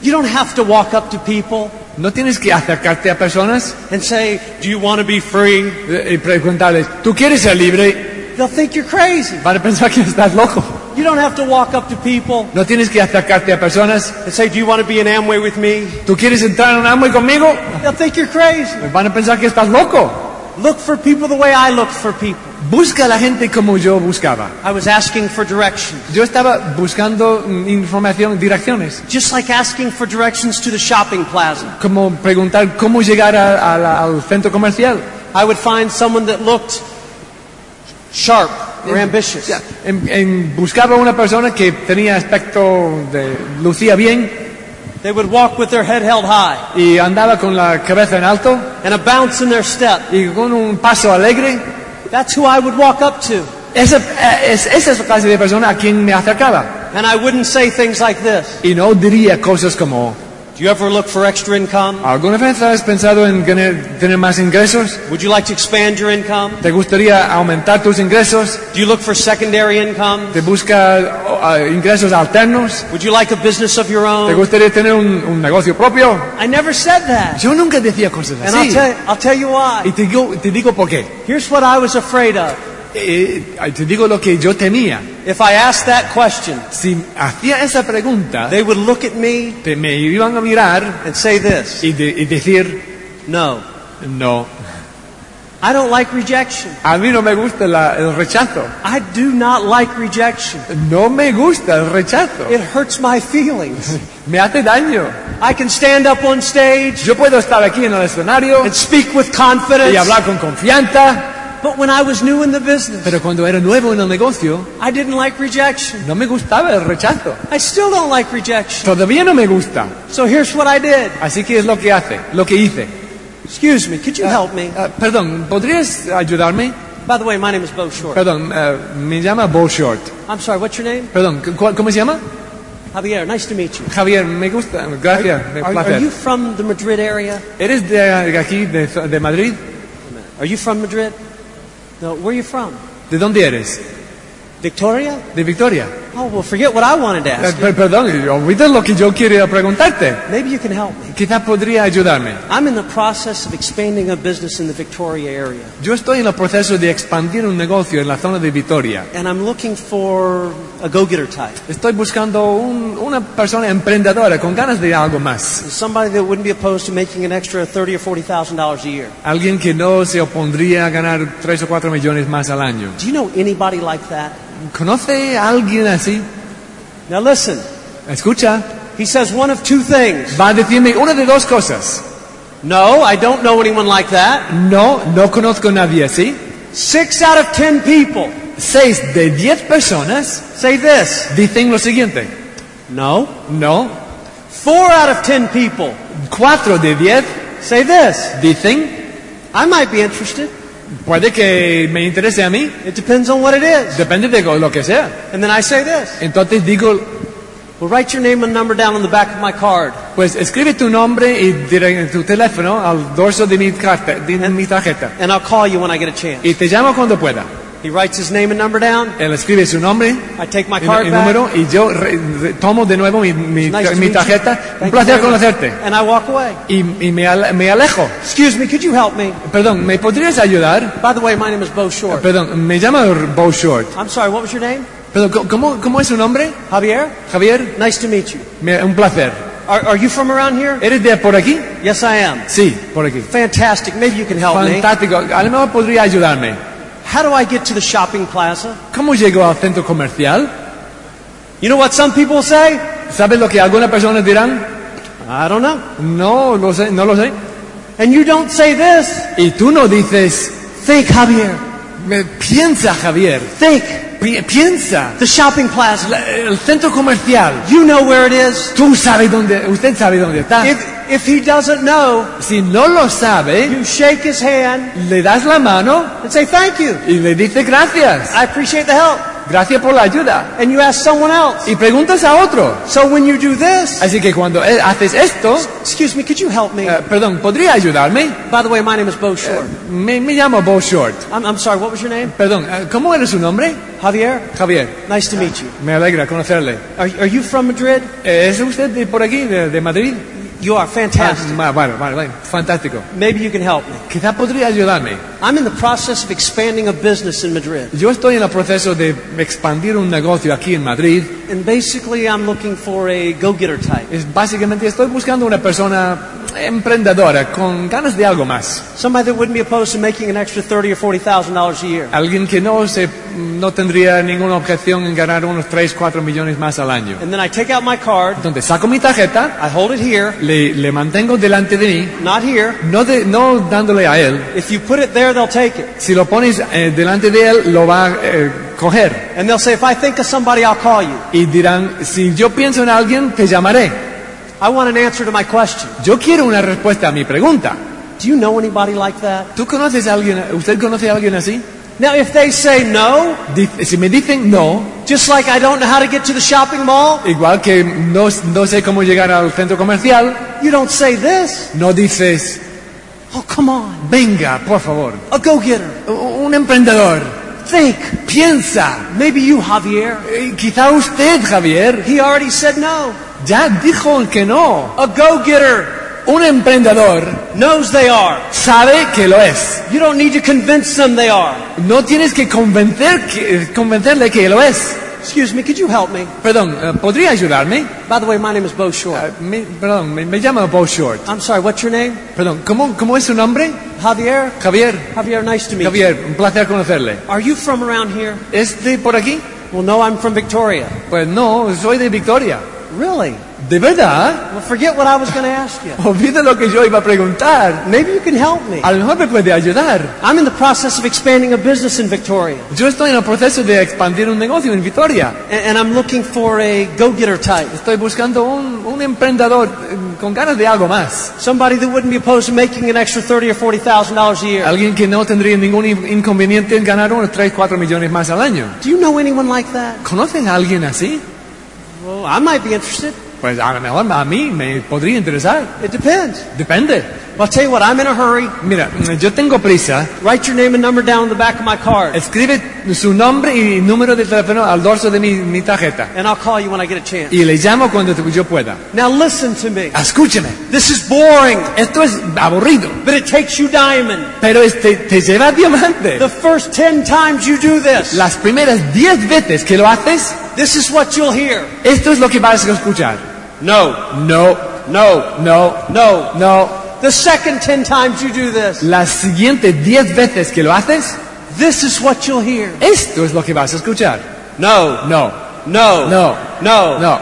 S1: You don't have to walk up to people
S2: No tienes que acercarte a personas
S1: and say, Do you want to be free?
S2: eh, y preguntarles, ¿tú quieres ser libre?
S1: They'll think you're crazy.
S2: Van a pensar que estás loco.
S1: You don't have to walk up to people
S2: No tienes que acercarte a personas.
S1: and say, Do you want to be in Amway with me?
S2: ¿Tú quieres entrar en un Amway conmigo?
S1: They'll think you're crazy.
S2: Van a pensar que estás loco.
S1: Look for people the way I looked for people.
S2: Busca a la gente como yo buscaba.
S1: I was asking for directions,
S2: Yo estaba buscando mm, información, direcciones,
S1: just like asking for directions to the shopping plaza.
S2: como preguntar cómo llegar a- a la- al centro comercial.
S1: I would find someone that looked sharp or ambitious.
S2: Ya, en- en- em, buscaba una persona que tenía aspecto de lucía bien
S1: They would walk with their head held high
S2: y andaba con la cabeza en alto
S1: and a bounce in their step.
S2: y con un paso alegre.
S1: That's who I would walk up to.
S2: Esa eh, es, esa es la clase de persona a quien me acercaba.
S1: And I wouldn't say things like this.
S2: Y no diría cosas como,
S1: Do you ever look for extra income?
S2: ¿alguna vez has pensado en tener, tener más ingresos?
S1: Would you like to expand your income?
S2: ¿Te gustaría aumentar tus ingresos?
S1: Do you look for secondary income?
S2: ¿Te busca oh, ah, ingresos alternos?
S1: Would you like a business of your
S2: ¿Te
S1: own?
S2: gustaría tener un, un negocio propio?
S1: I never said that.
S2: Yo nunca decía cosas
S1: And I'll tell, I'll tell you why.
S2: Y te digo, te digo por qué.
S1: Here's what I was afraid of.
S2: Eh, eh, te digo lo que yo temía.
S1: If I asked that question,
S2: Si hacía esa pregunta,
S1: they would look at me
S2: te- me iban a mirar
S1: and say this
S2: y, de- y decir,
S1: No,
S2: no,
S1: I don't like rejection.
S2: a mí no me gusta la- el rechazo.
S1: I do not like rejection.
S2: No me gusta el rechazo.
S1: It hurts my feelings.
S2: Me hace daño.
S1: I can stand up on stage
S2: Yo puedo estar aquí en el escenario
S1: and speak with
S2: y
S1: confidence.
S2: hablar con confianza,
S1: But when I was new in the business,
S2: pero cuando era nuevo en el negocio,
S1: I didn't like rejection.
S2: no me gustaba el rechazo.
S1: I still don't like rejection.
S2: Todavía no me gusta.
S1: So here's what I did.
S2: Así que es lo que hace, lo que hice.
S1: Excuse me, could you help me?
S2: Ah, perdón, ¿podrías ayudarme?
S1: By the way, my name is Bo Short.
S2: Perdón, eh, me llama Bo Short.
S1: I'm sorry, what's your name?
S2: Perdón, ¿cu- cuál- ¿cómo se llama?
S1: Javier, nice to meet you.
S2: Javier, me gusta, gracias, me
S1: Are, are
S2: placer.
S1: you from the Madrid area?
S2: ¿Eres de aquí, de, de Madrid?
S1: Are you from Madrid? No, where are you from?
S2: ¿De dónde eres?
S1: Victoria?
S2: ¿De Victoria?
S1: Oh, well, forget what I wanted to
S2: Eh,
S1: ask.
S2: per- perdón, olvidas lo que yo quería preguntarte.
S1: Maybe you can help me.
S2: Quizás podría ayudarme.
S1: I'm in the process of expanding a business in the Victoria area,
S2: Yo estoy en el proceso de expandir un negocio en la zona de Victoria.
S1: and I'm looking for a go-getter type,
S2: Estoy buscando un- una persona emprendedora con ganas de algo más.
S1: somebody that wouldn't be opposed to making an extra thirty or forty thousand dollars a year.
S2: Alguien que no se opondría a ganar 3 o 4 millones más al año.
S1: Do you know anybody like that?
S2: ¿Conoce a alguien así?
S1: Now listen.
S2: Escucha,
S1: He says one of two things.
S2: va a decirme una de dos cosas.
S1: No, I don't know anyone like that.
S2: No, no conozco a nadie así.
S1: Six out of ten people
S2: 6 de 10 personas
S1: say this.
S2: dicen lo siguiente.
S1: No.
S2: No.
S1: Four out of ten people
S2: 4 de 10
S1: say this.
S2: dicen,
S1: I might be interested.
S2: puede que me interese a mí,
S1: It depends on what it is.
S2: depende de lo que sea.
S1: And then I say this.
S2: Entonces digo,
S1: Well, write your name and number down on the back of my card.
S2: Pues escribe tu nombre y dire- tu teléfono al dorso de mi, carta- de mi tarjeta.
S1: and I'll call you when I get a chance.
S2: Y te llamo cuando pueda.
S1: He writes his name and number down.
S2: Él escribe su nombre,
S1: I take my
S2: el,
S1: card
S2: el
S1: back.
S2: número, y yo re- re- tomo de nuevo mi, mi-
S1: Nice to
S2: mi
S1: meet you.
S2: tarjeta.
S1: Thank
S2: Un
S1: you
S2: placer
S1: very much.
S2: conocerte.
S1: And I walk away.
S2: Y, y me, ale- me alejo.
S1: Excuse me, could you help me?
S2: Perdón, ¿me podrías ayudar?
S1: By the way, my name is Bo Short.
S2: Perdón, me llama Bo Short.
S1: I'm sorry, what was your name?
S2: Perdón, ¿co- ¿cómo, cómo es su nombre?
S1: Javier?
S2: Javier,
S1: Nice to meet you.
S2: me- un placer.
S1: Are, are you from around here?
S2: ¿Eres de por aquí?
S1: Yes, I am.
S2: Sí, por aquí.
S1: Fantastic. Maybe you can help me.
S2: Fantástico. A lo mejor podría ayudarme.
S1: How do I get to the shopping plaza?
S2: ¿Cómo llego al centro comercial?
S1: You know what some people say?
S2: ¿Sabes lo que algunas personas dirán?
S1: I I don't know.
S2: No lo sé, no lo sé.
S1: And you don't say this.
S2: Y tú no dices,
S1: Think, Javier.
S2: "Me- piensa Javier,
S1: Think.
S2: pi- piensa.
S1: The shopping plaza.
S2: La- el centro comercial,
S1: You know where it is.
S2: tú sabes dónde, usted sabe dónde está.
S1: If, if he doesn't know,
S2: Si no lo sabe,
S1: you shake his hand
S2: le das la mano
S1: and say, Thank you.
S2: y le dices gracias.
S1: I appreciate the help.
S2: Gracias por la ayuda.
S1: And you ask someone else.
S2: Y preguntas a otro.
S1: So when you do this,
S2: Así que cuando eh, haces esto,
S1: excuse me, could you help me?
S2: eh, perdón, ¿podría ayudarme?
S1: By the way, my name is Bo Short.
S2: Me, me llamo Bo Short.
S1: I'm, I'm sorry, what was your name?
S2: Perdón, eh, ¿cómo era su nombre?
S1: Javier?
S2: Javier,
S1: Nice to meet you.
S2: me alegra conocerle.
S1: Are, are you from Madrid?
S2: Eh, ¿Es usted de por aquí, de, de Madrid?
S1: You are
S2: Ah,
S1: fantastic.
S2: ma- Vale, vale, vale, fantástico.
S1: Maybe you can help me.
S2: Quizá podría ayudarme.
S1: I'm in the process of expanding a business in Madrid.
S2: Yo estoy en el proceso de expandir un negocio aquí en Madrid.
S1: And basically, I'm looking for a go getter type.
S2: Es- básicamente estoy buscando una persona emprendedora con ganas de algo más.
S1: Somebody that wouldn't be opposed to making an extra thirty or $40,000 a year.
S2: Alguien que no, se, no tendría ninguna objeción en ganar unos 3, 4 millones más al año.
S1: And then I take out my card,
S2: Entonces saco mi tarjeta,
S1: I hold it here,
S2: le, le mantengo delante de mí,
S1: not here.
S2: no, de- no dándole a él.
S1: If you put it there, they'll take it.
S2: Si lo pones eh, delante de él, lo va a eh, coger.
S1: And they'll say, if I think of somebody, I'll call you.
S2: Y dirán, si yo pienso en alguien, te llamaré.
S1: I want an answer to my question.
S2: Yo quiero una respuesta a mi pregunta.
S1: Do you know anybody like that?
S2: ¿Tú conoces a alguien, usted conoce a alguien así?
S1: Now, if they say no,
S2: Dice- Si me dicen no,
S1: just like I don't know how to get to the shopping mall,
S2: Igual que no, no sé cómo llegar al centro comercial,
S1: you don't say this.
S2: no dices,
S1: Oh, come on.
S2: venga, por favor,
S1: A go getter.
S2: u- un emprendedor,
S1: Think.
S2: piensa.
S1: Maybe you, Javier.
S2: Eh, Quizá usted, Javier,
S1: He already said no.
S2: ya dijo que no.
S1: A go getter
S2: Un emprendedor
S1: knows they are.
S2: sabe que lo es.
S1: You don't need to convince them they are.
S2: No tienes que, convencer que- convencerle que lo es.
S1: Excuse me, could you help me?
S2: Perdón, eh, ¿podría ayudarme?
S1: By the way, my name is Bo Short.
S2: Eh, me- perdón, me, me llamo Bo Short.
S1: I'm sorry, what's your name?
S2: Perdón, ¿cómo, ¿cómo es su nombre?
S1: Javier?
S2: Javier.
S1: Javier, nice to meet you.
S2: Javier, un placer conocerle.
S1: Are you from around here?
S2: ¿Es de por aquí?
S1: Well, no, I'm from Victoria.
S2: Pues no, soy de Victoria.
S1: Really?
S2: ¿De verdad?
S1: Well, forget what I was going to ask you.
S2: Olvida lo que yo iba a preguntar.
S1: Maybe you can help me.
S2: A lo mejor me puede ayudar.
S1: I'm in the process of expanding a business in Victoria,
S2: Yo estoy en el proceso de expandir un negocio en Vitoria.
S1: and, and I'm looking for a go-getter type,
S2: Estoy buscando un, un emprendedor eh, con ganas de algo más.
S1: somebody that wouldn't be opposed to making an extra thirty or forty thousand dollars a year.
S2: Alguien que no tendría ningún in- inconveniente en ganar unos 3, 4 millones más al año.
S1: Do you know anyone like that?
S2: ¿Conocen a alguien así?
S1: Well, I might be interested.
S2: Pues a lo mejor a mí me podría interesar.
S1: It depends.
S2: Depende.
S1: Well, I'll tell you what. I'm in a hurry.
S2: Mira, yo tengo prisa.
S1: Write your name and number down on the back of my card,
S2: Escribe su nombre y número de teléfono al dorso de mi, mi tarjeta.
S1: and I'll call you when I get a chance.
S2: Y le llamo cuando yo pueda.
S1: Now listen to me.
S2: Escúcheme.
S1: This is boring,
S2: Esto es aburrido,
S1: but it takes you diamond.
S2: pero este te lleva a diamante.
S1: The first ten times you do this,
S2: Las primeras 10 veces que lo haces,
S1: this is what you'll hear.
S2: esto es lo que vas a escuchar.
S1: No,
S2: No,
S1: no,
S2: no,
S1: no.
S2: no.
S1: The second ten times you do this,
S2: Las siguientes 10 veces que lo haces,
S1: this is what you'll hear.
S2: esto es lo que vas a escuchar.
S1: No,
S2: No,
S1: no,
S2: No.
S1: no.
S2: no.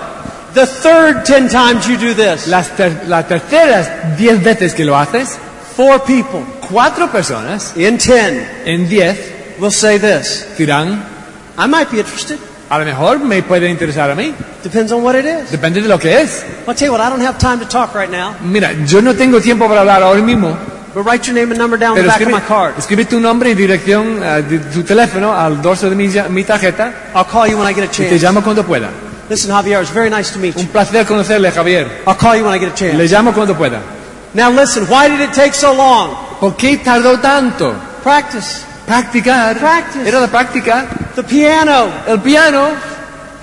S1: The third ten times you do this,
S2: Las, ter- las terceras 10 veces que lo haces,
S1: four people
S2: cuatro personas
S1: in ten
S2: en 10
S1: will say this.
S2: dirán,
S1: I might be interested.
S2: a lo mejor me puede interesar a mí.
S1: Depends on what it is.
S2: Depende de lo que es.
S1: I'll tell you what, I don't have time to talk right now,
S2: Mira, yo no tengo tiempo para hablar ahora mismo.
S1: but write your name and number down on the
S2: Pero
S1: back of
S2: escribe,
S1: my card.
S2: escribe tu nombre y dirección, eh, de- tu teléfono al dorso de mi, ya- mi tarjeta
S1: I'll call you when I get a
S2: y te
S1: chance.
S2: llamo cuando pueda.
S1: Listen, Javier, it's very nice to meet
S2: Un
S1: you.
S2: placer conocerle, Javier.
S1: I'll call you when I get a
S2: Le
S1: chance.
S2: llamo cuando pueda.
S1: Now listen, why did it take so long?
S2: ¿Por qué tardó tanto?
S1: Practice.
S2: Practicar.
S1: Practice.
S2: Era la práctica.
S1: The piano.
S2: El piano,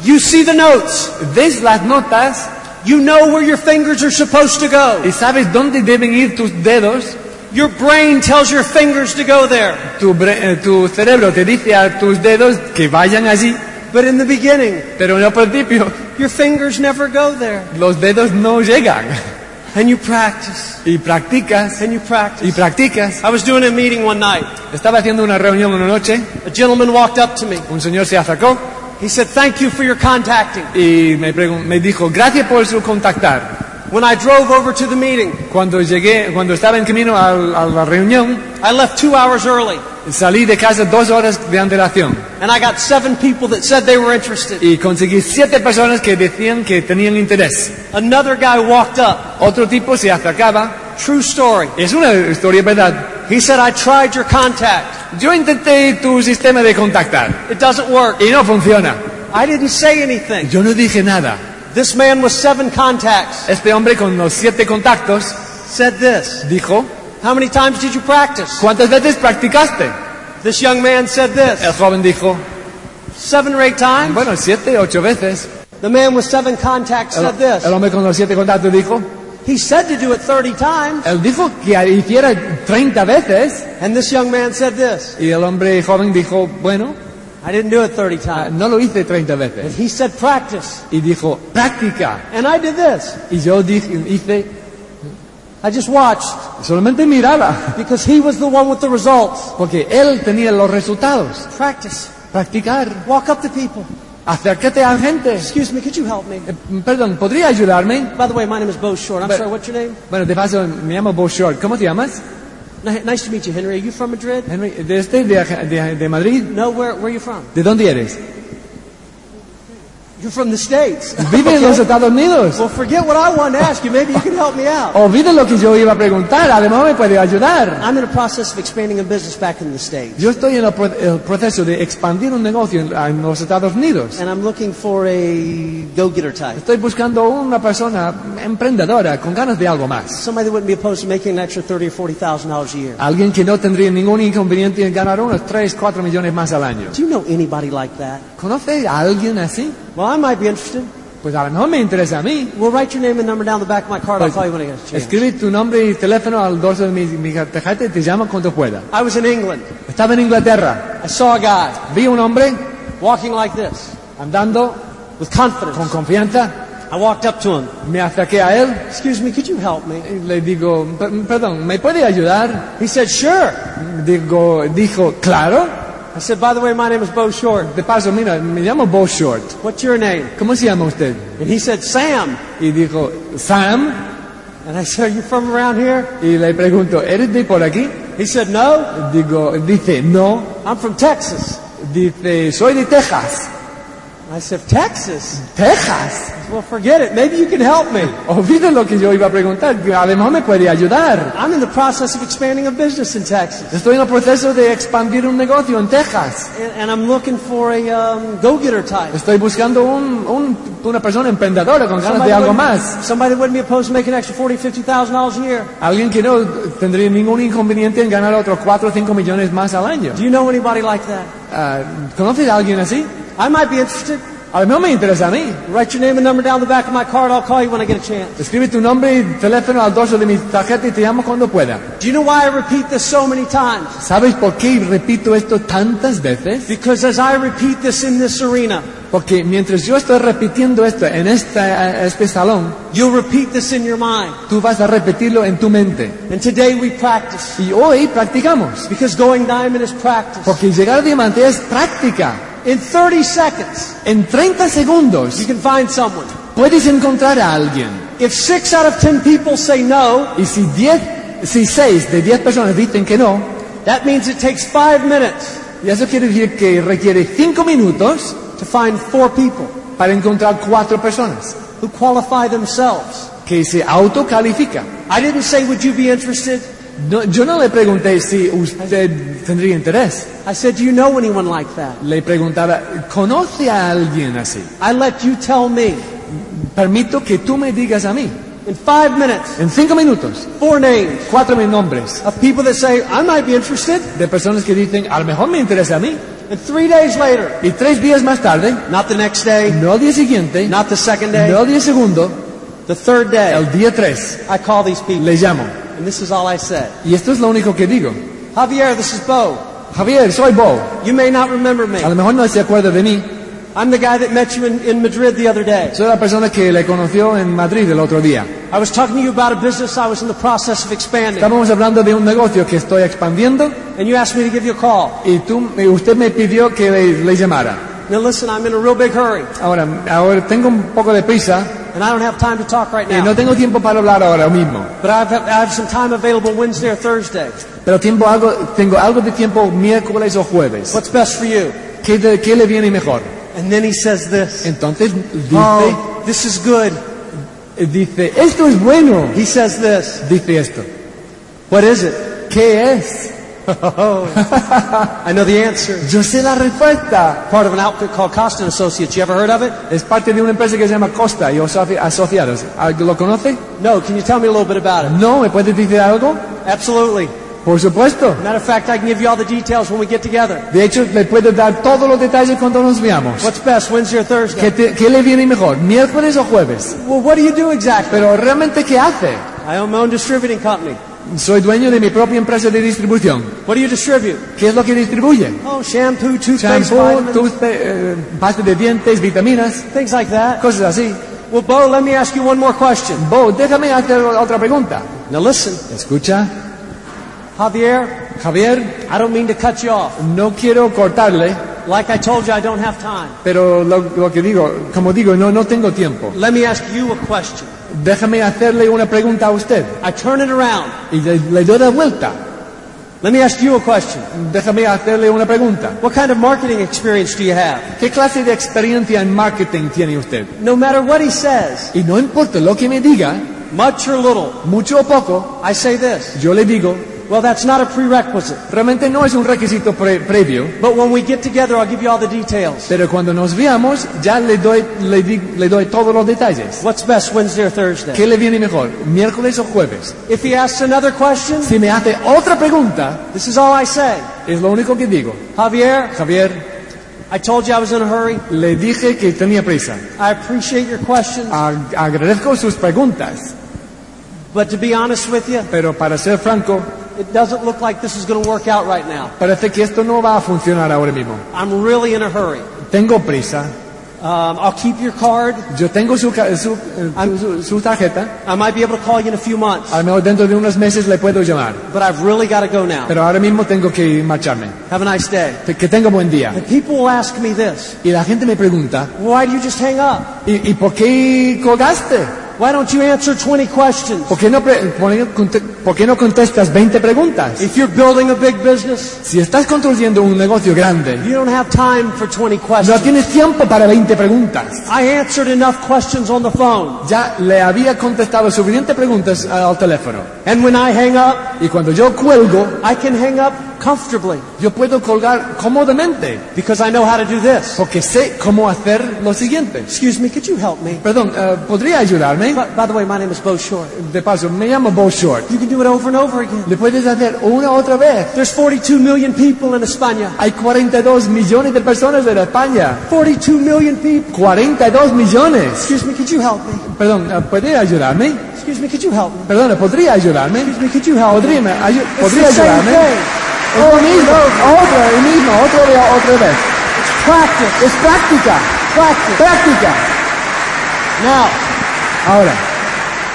S1: You see the notes.
S2: ves las notas
S1: You know where your fingers are supposed to go.
S2: y sabes dónde deben ir tus dedos.
S1: Your brain tells your fingers to go there.
S2: Tu, bre- eh, tu cerebro te dice a tus dedos que vayan allí,
S1: But in the beginning,
S2: pero en el principio
S1: your fingers never go there.
S2: los dedos no llegan.
S1: And you practice.
S2: Y practicas,
S1: And you
S2: y
S1: practice.
S2: practicas.
S1: I was doing a meeting one night.
S2: Estaba haciendo una reunión una noche.
S1: A gentleman walked up to me.
S2: Un señor se acercó
S1: He said, Thank you for your contacting.
S2: y me, pregun- me dijo, gracias por su contactar.
S1: When I drove over to the meeting,
S2: Cuando llegué, cuando estaba en camino al- a la reunión,
S1: I left two hours early,
S2: salí de casa dos horas de antelación
S1: and I got seven people that said they were interested.
S2: y conseguí siete personas que decían que tenían interés.
S1: Another guy walked up.
S2: Otro tipo se acercaba.
S1: True story.
S2: Es una historia verdad.
S1: He said, I tried your contact.
S2: Yo intenté tu sistema de contactar
S1: It doesn't work.
S2: y no funciona.
S1: I didn't say anything.
S2: Yo no dije nada.
S1: This man with seven contacts
S2: Este hombre con los siete contactos
S1: said this.
S2: dijo,
S1: How many times did you practice?
S2: ¿cuántas veces practicaste?
S1: This young man said
S2: El
S1: this.
S2: joven dijo,
S1: Seven or eight times?
S2: bueno, siete, ocho veces.
S1: The man with seven contacts
S2: El,
S1: said this.
S2: el hombre con los siete contactos dijo,
S1: He said to do it 30 times.
S2: él dijo que hiciera 30 veces.
S1: And this young man said this.
S2: Y el hombre joven dijo, bueno,
S1: I didn't do it 30
S2: ah,
S1: times.
S2: no lo hice 30 veces.
S1: He said practice.
S2: Y dijo, práctica.
S1: And I did this.
S2: Y yo dije, hice,
S1: I just watched
S2: solamente miraba,
S1: because he was the one with the results.
S2: porque él tenía los resultados.
S1: Practice.
S2: Practicar,
S1: Walk up to people.
S2: acércate a gente.
S1: Excuse me, could you help me?
S2: Eh, Perdón, ¿podría ayudarme?
S1: By the way, my name is Bo Short. I'm
S2: But-
S1: sorry, what's your name?
S2: Bueno, de paso, me llamo Bo Short. ¿Cómo te llamas?
S1: Ni- Nice to meet you, Henry. Are you from Madrid?
S2: Henry, de, este, de, de- de Madrid.
S1: No, where, where are you from?
S2: ¿De dónde eres?
S1: You're from the States.
S2: Vive en los
S1: Okay.
S2: Estados Unidos.
S1: Well, forget what I wanted to ask you. Maybe you can help me out.
S2: Olvide lo que yo iba a preguntar, además me puede ayudar.
S1: I'm in a process of expanding a business back in the States.
S2: Yo estoy en el, pro- el proceso de expandir un negocio en, en los Estados Unidos.
S1: And I'm looking for a go-getter type.
S2: Estoy buscando una persona emprendedora con ganas de algo más.
S1: Somebody that wouldn't be opposed to making an extra thirty or forty thousand dollars a year.
S2: Alguien que no tendría ningún inconveniente en ganar unos 3, 4 millones más al año.
S1: Do you know anybody like that?
S2: ¿Conoce a alguien así?
S1: Well, I might be interested.
S2: Pues a lo mejor me interesa a mí.
S1: We'll write your name and number down the back of my card. I'll
S2: Pues,
S1: call you when I get a chance.
S2: Escribe tu nombre y teléfono al dorso de mi, mi tarjeta y te llamo cuando pueda.
S1: I was in England.
S2: Estaba en Inglaterra.
S1: I saw a guy
S2: Vi un hombre
S1: walking like this
S2: andando
S1: with
S2: con
S1: confidence.
S2: confianza.
S1: I walked up to him.
S2: Me acerqué a él
S1: Excuse me, could you help me?
S2: Y Le digo, "Per- perdón, ¿me puede ayudar?
S1: He said, sure.
S2: Digo, dijo, claro.
S1: I said, by the way, my name is Bo Short.
S2: De paso, mira, me llamo Bo Short.
S1: What's your name?
S2: ¿Cómo se llama usted?
S1: And he said, Sam.
S2: Y dijo, Sam.
S1: And I said, are you from around here?
S2: Y le pregunto, ¿eres de por aquí?
S1: He said, no.
S2: Digo, dice, no.
S1: I'm from Texas.
S2: Dice, soy de Texas.
S1: I said, Texas?
S2: ¿Texas?
S1: Well, forget it. Maybe you can help me.
S2: Olvida lo que yo iba a preguntar, que a lo mejor me puede ayudar.
S1: I'm in the process of expanding a business in Texas,
S2: Estoy en el proceso de expandir un negocio en Texas.
S1: and, and I'm looking for a um, go-getter type.
S2: Estoy buscando un- un- una persona emprendedora con ganas de
S1: that
S2: algo
S1: wouldn't-
S2: más.
S1: somebody that wouldn't be opposed to making an extra forty, fifty thousand dollars a year.
S2: Alguien que no tendría ningún inconveniente en ganar otros 4 o 5 millones más al año.
S1: Do you know anybody like that?
S2: Ah, ¿Conoces a alguien así?
S1: I might be interested.
S2: A lo mejor me interesa a mí.
S1: Write your name and number down the back of my card. I'll call you when I get a chance.
S2: Escribe tu nombre y teléfono al dorso de mi tarjeta y te llamo cuando pueda.
S1: Do you know why I repeat this so many times?
S2: ¿Sabes por qué repito esto tantas veces?
S1: Because as I repeat this in this arena,
S2: Porque mientras yo estoy repitiendo esto en esta- este salón,
S1: you'll repeat this in your mind.
S2: tú vas a repetirlo en tu mente.
S1: And today we practice.
S2: Y hoy practicamos.
S1: Because going diamond is practice.
S2: Porque llegar a diamante es práctica.
S1: In 30 seconds,
S2: En 30
S1: you
S2: segundos
S1: can find someone.
S2: puedes encontrar a alguien.
S1: If six out of ten people say no,
S2: Y si 10, si 6 de 10 personas dicen que no,
S1: that means it takes five minutes
S2: y eso quiere decir que requiere 5 minutos
S1: to find four people
S2: para encontrar 4 personas
S1: who qualify themselves.
S2: que se autocalifica.
S1: I didn't say, would you be interested?
S2: No, yo no le pregunté si usted tendría interés.
S1: I said, do you know anyone like that?
S2: Le preguntaba, ¿conoce a alguien así?
S1: I let you tell me.
S2: Permito que tú me digas a mí,
S1: In five minutes,
S2: en 5 minutos,
S1: four names
S2: 4 mil nombres
S1: of people that say, I might be interested.
S2: de personas que dicen, a lo mejor me interesa a mí.
S1: And three days later,
S2: Y 3 días más tarde,
S1: not the next day,
S2: no al día siguiente,
S1: not the second
S2: no
S1: day,
S2: al día segundo,
S1: the third day,
S2: el día 3,
S1: I call these people.
S2: le llamo.
S1: And this is all I said.
S2: Y esto es lo único que digo.
S1: Javier, this is Bo.
S2: Javier, soy Bo.
S1: You may not remember me.
S2: A lo mejor no se acuerda de mí.
S1: I'm the guy that met you in, in Madrid the other day.
S2: Soy la persona que le conoció en Madrid el otro día.
S1: I was talking to you about a business I was in the process of expanding,
S2: Estábamos hablando de un negocio que estoy expandiendo
S1: and you asked me to give you a call.
S2: y tú, y usted me pidió que le, le llamara.
S1: Now listen, I'm in a real big hurry.
S2: Ahora, ahora tengo un poco de prisa
S1: and I don't have time to talk right
S2: Eh,
S1: now.
S2: no tengo tiempo para hablar ahora mismo,
S1: But I have, I have some time available Wednesday or Thursday.
S2: pero tiempo algo, tengo algo de tiempo miércoles o jueves.
S1: What's best for you?
S2: ¿Qué, de- qué le viene mejor?
S1: And then he says this.
S2: Entonces dice,
S1: Oh, this is good.
S2: dice, esto es bueno.
S1: He says this.
S2: Dice esto,
S1: What is it?
S2: ¿qué es?
S1: Oh, I know the answer.
S2: Yo sé la respuesta.
S1: Part of an outfit called Costa and Associates. You ever heard of it?
S2: Es parte de una empresa que se llama Costa y Asoci- Asociados. ¿Algo- ¿Lo conoce?
S1: No. Can you tell me a little bit about it?
S2: No, ¿me puedes decir algo?
S1: Absolutely.
S2: Por supuesto.
S1: Matter of fact, I can give you all the details when we get together.
S2: De hecho, le puedo dar todos los detalles cuando nos veamos.
S1: What's best, Wednesday or Thursday?
S2: ¿Qué, te- qué le viene mejor, miércoles o jueves?
S1: Well, what do you do exactly?
S2: Pero realmente, ¿qué hace?
S1: I own my own distributing company.
S2: Soy dueño de mi propia empresa de distribución.
S1: What do you distribute?
S2: ¿Qué es lo que distribuye?
S1: Oh, shampoo, toothpaste,
S2: Shampoo,
S1: vitamins,
S2: toothpaste, eh, pasta de dientes, vitaminas,
S1: things like that.
S2: cosas así.
S1: Well, Bo, let me ask you one more question.
S2: Bo, déjame hacer otra pregunta.
S1: Now listen,
S2: Escucha,
S1: Javier,
S2: Javier,
S1: I don't mean to cut you off.
S2: no quiero cortarle,
S1: Like I told you, I don't have time.
S2: pero lo, lo que digo, como digo, no, no tengo tiempo.
S1: Let me ask you a question.
S2: Déjame hacerle una pregunta a usted
S1: I turn it around.
S2: y le, le doy la vuelta.
S1: Let me ask you a question.
S2: Déjame hacerle una pregunta.
S1: What kind of marketing experience do you have?
S2: ¿Qué clase de experiencia en marketing tiene usted?
S1: No matter what he says,
S2: Y no importa lo que me diga,
S1: much or little,
S2: mucho o poco,
S1: I say this.
S2: yo le digo,
S1: Well, that's not a prerequisite.
S2: realmente no es un requisito pre- previo,
S1: But when we get together, I'll give you all the details.
S2: pero cuando nos veamos ya le doy, le, di- le doy todos los detalles.
S1: What's best, Wednesday or Thursday?
S2: ¿Qué le viene mejor, miércoles o jueves?
S1: If he asks another question,
S2: Si me hace otra pregunta,
S1: this is all I say.
S2: es lo único que digo.
S1: Javier,
S2: Javier,
S1: I told you I was in a hurry.
S2: le dije que tenía prisa.
S1: I appreciate your questions,
S2: Ag- agradezco sus preguntas,
S1: but to be honest with you,
S2: pero para ser franco,
S1: it doesn't look like this is going to work out right now.
S2: parece que esto no va a funcionar ahora mismo.
S1: I'm really in a hurry.
S2: Tengo prisa,
S1: Um, I'll keep your card.
S2: yo tengo su, ca- su, eh, su- su tarjeta,
S1: I might be able to call you in a few months,
S2: a lo mejor dentro de unos meses le puedo llamar.
S1: but I've really got to go now.
S2: Pero ahora mismo tengo que marcharme.
S1: Have a nice day.
S2: Te- Que tenga buen día.
S1: And people will ask me this
S2: Y la gente me pregunta,
S1: Why do you just hang up?
S2: ¿y, y por qué colgaste?
S1: Why don't you answer 20 questions?
S2: ¿Por qué, no pre- por qué no conte- por qué no contestas 20 preguntas?
S1: If you're building a big business,
S2: Si estás construyendo un negocio grande,
S1: you don't have time for 20
S2: no
S1: questions.
S2: tienes tiempo para 20 preguntas.
S1: I answered enough questions on the phone.
S2: Ya le había contestado suficientes preguntas a- al teléfono.
S1: And when I hang up,
S2: Y cuando yo cuelgo,
S1: I can hang up comfortably
S2: yo puedo colgar cómodamente,
S1: because I know how to do this.
S2: porque sé cómo hacer lo siguiente.
S1: Oh, Excuse me, could you help me?
S2: Perdón, eh, ¿podría ayudarme?
S1: By, by the way, my name is Bo Short.
S2: De paso, me llamo Bo Short.
S1: You can do it over and over again.
S2: ¿Le puedes hacer una otra vez?
S1: There's 42 million people in España.
S2: Hay 42 millones de personas en España.
S1: 42 million people.
S2: 42 millones.
S1: Excuse me, could you help me?
S2: Perdón, ¿podría ayudarme?
S1: Excuse me, could you help me?
S2: Perdón, ¿eh, ¿podría ayudarme?
S1: Excuse me, could you help me?
S2: ¿Podría, me ayu-
S1: It's
S2: ¿podría
S1: the same
S2: ayudarme?
S1: thing.
S2: Es lo mismo, otra, el mismo, otra vez, otra vez.
S1: Practice.
S2: Es práctica,
S1: Practice.
S2: práctica.
S1: Now,
S2: Ahora,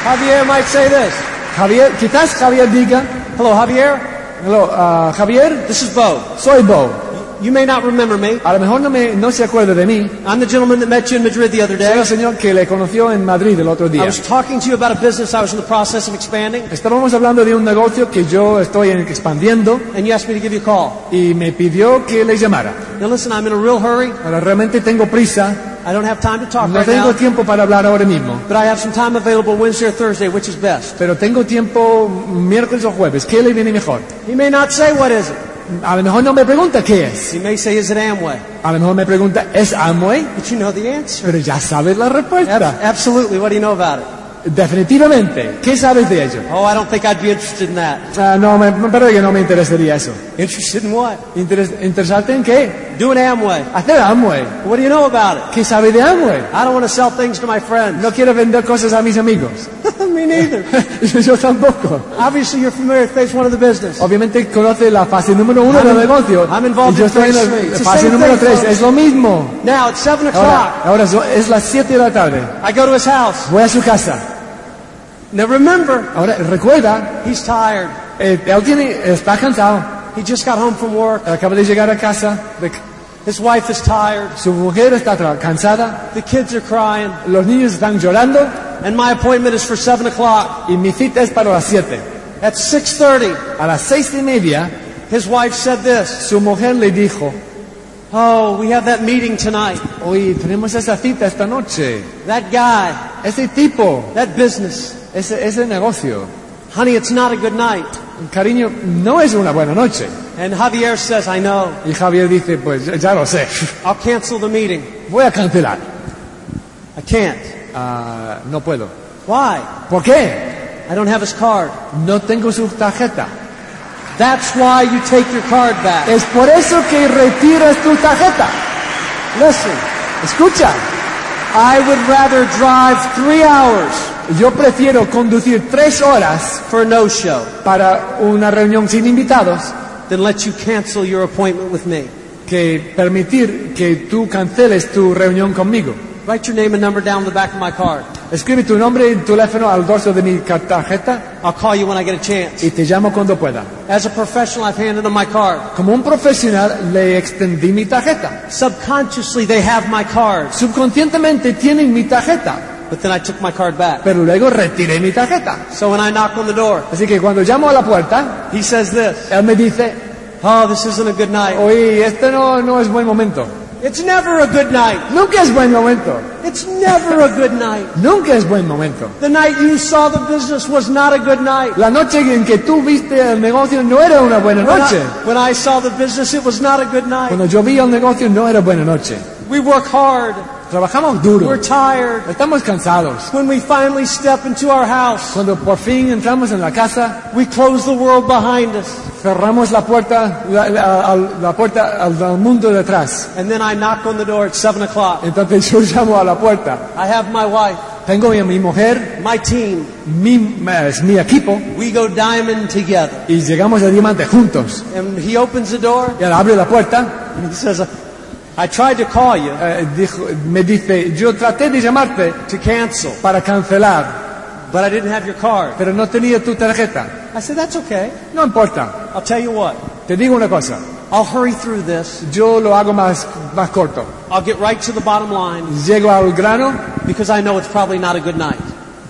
S1: Javier might say this.
S2: Javier, quizás Javier diga,
S1: Hello, Javier.
S2: hello, ah, Javier,
S1: This is Bo.
S2: soy Bo.
S1: You may not remember me.
S2: A lo mejor no, me, no se acuerda de mí.
S1: I'm the gentleman that met you in Madrid the other
S2: Soy
S1: day.
S2: el señor que le conoció en Madrid el otro
S1: I
S2: día.
S1: was talking to you about a business I was in the process of expanding,
S2: Estábamos hablando de un negocio que yo estoy expandiendo
S1: and you asked me to give you a call.
S2: y me pidió que le llamara.
S1: Now, listen, I'm in a real hurry.
S2: Ahora realmente tengo prisa,
S1: I don't have time to talk
S2: no
S1: right
S2: tengo
S1: now,
S2: tiempo para hablar ahora mismo,
S1: but I have some time available Wednesday or Thursday, which is best.
S2: pero tengo tiempo miércoles o jueves. ¿Qué le viene mejor?
S1: He may not say what is it.
S2: A lo mejor no me pregunta qué es.
S1: He may say, is it Amway?
S2: A lo mejor me pregunta, ¿es Amway?
S1: But you know the answer.
S2: Pero ya sabes la
S1: Ab-
S2: respuesta.
S1: absolutely. What do you know about it?
S2: Definitivamente. ¿Qué sabes de ello?
S1: Oh, I don't think I'd be interested in that.
S2: Ah, no, me, me parece que no me interesaría eso.
S1: Interested in what?
S2: Interes- ¿Interesarte en qué?
S1: Doing Amway.
S2: Hacer Amway.
S1: What do you know about it?
S2: ¿Qué sabe de Amway?
S1: I don't want to sell things to my friends.
S2: No quiero vender cosas a mis amigos.
S1: Me neither.
S2: yo tampoco.
S1: Obviously, you're familiar with phase one of the business.
S2: Obviamente conoce la fase número uno del negocio.
S1: I'm involved
S2: Y yo
S1: in
S2: estoy en
S1: phase three.
S2: la
S1: It's the
S2: fase
S1: same
S2: número
S1: thing,
S2: tres.
S1: folks.
S2: Es lo mismo.
S1: Now, it's 7 o'clock.
S2: Ahora, ahora so- es las 7 de la tarde.
S1: I go to his house.
S2: Voy a su casa.
S1: Now, remember,
S2: Ahora, recuerda,
S1: he's tired.
S2: eh, él tiene, está cansado.
S1: He just got home from work.
S2: Acaba de llegar a casa. De-
S1: His wife is tired.
S2: Su mujer está tra- cansada,
S1: The kids are crying.
S2: los niños están llorando
S1: And my appointment is for 7 o'clock.
S2: y mi cita es para las 7.
S1: At 6.30,
S2: A las seis y media,
S1: his wife said this.
S2: su mujer le dijo,
S1: Oh, we have that meeting tonight.
S2: hoy tenemos esa cita esta noche.
S1: That guy,
S2: Ese tipo,
S1: that business.
S2: ese, ese negocio.
S1: Honey, it's not a good night.
S2: Cariño, no es una buena noche.
S1: And Javier says, I know.
S2: Y Javier dice, pues ya- ya lo sé,
S1: I'll cancel the meeting.
S2: voy a cancelar.
S1: I can't.
S2: Ah, no puedo.
S1: Why?
S2: ¿Por qué?
S1: I don't have his card.
S2: No tengo su tarjeta.
S1: That's why you take your card back.
S2: Es por eso que retiras tu tarjeta.
S1: Listen,
S2: Escucha,
S1: I would rather drive three hours
S2: yo prefiero conducir tres horas
S1: for a no-show
S2: para una reunión sin invitados
S1: than let you cancel your appointment with me.
S2: que permitir que tú canceles tu reunión conmigo.
S1: Write your name and number down the back of my card.
S2: Escribe tu nombre y tu teléfono al dorso de mi ca- tarjeta
S1: I'll call you when I get a chance.
S2: y te llamo cuando pueda.
S1: As a professional, I've handed them my card.
S2: Como un profesional le extendí mi tarjeta.
S1: Subconsciously, they have my card,
S2: Subconscientemente tienen mi tarjeta,
S1: but then I took my card back.
S2: pero luego retiré mi tarjeta.
S1: So when I knock on the door,
S2: Así que cuando llamo a la puerta,
S1: he says this.
S2: él me dice,
S1: Oh, this isn't a good night.
S2: oye, este no, no es buen momento.
S1: It's never a good night.
S2: Nunca es buen momento.
S1: It's never a good night.
S2: Nunca es buen momento.
S1: The night you saw the business was not a good night.
S2: La noche en que tú viste el negocio no era una buena
S1: When
S2: noche.
S1: I, when I saw the business, it was not a good night.
S2: Cuando yo vi el negocio no era buena noche.
S1: We work hard.
S2: Trabajamos duro.
S1: We're tired.
S2: Estamos cansados.
S1: When we finally step into our house,
S2: Cuando por fin entramos en la casa,
S1: we close the world behind us.
S2: cerramos la puerta, la, la- al- la puerta al, al mundo detrás.
S1: And then I knock on the door at 7 o'clock.
S2: Entonces yo llamo a la puerta.
S1: I have my wife,
S2: Tengo a mi mujer,
S1: my team.
S2: mi, es mi equipo,
S1: We go diamond together.
S2: y llegamos a Diamante juntos.
S1: And he opens the door
S2: Y él abre la puerta,
S1: and he says, I tried to call you
S2: eh, dijo- me dice, yo traté de llamarte
S1: to cancel,
S2: para cancelar,
S1: but I didn't have your card.
S2: pero no tenía tu tarjeta.
S1: I said, That's okay.
S2: No importa,
S1: I'll tell you what.
S2: te digo una cosa,
S1: I'll hurry through this.
S2: yo lo hago más, más corto.
S1: I'll get right to the bottom line
S2: Llego al grano
S1: because I know it's probably not a good night.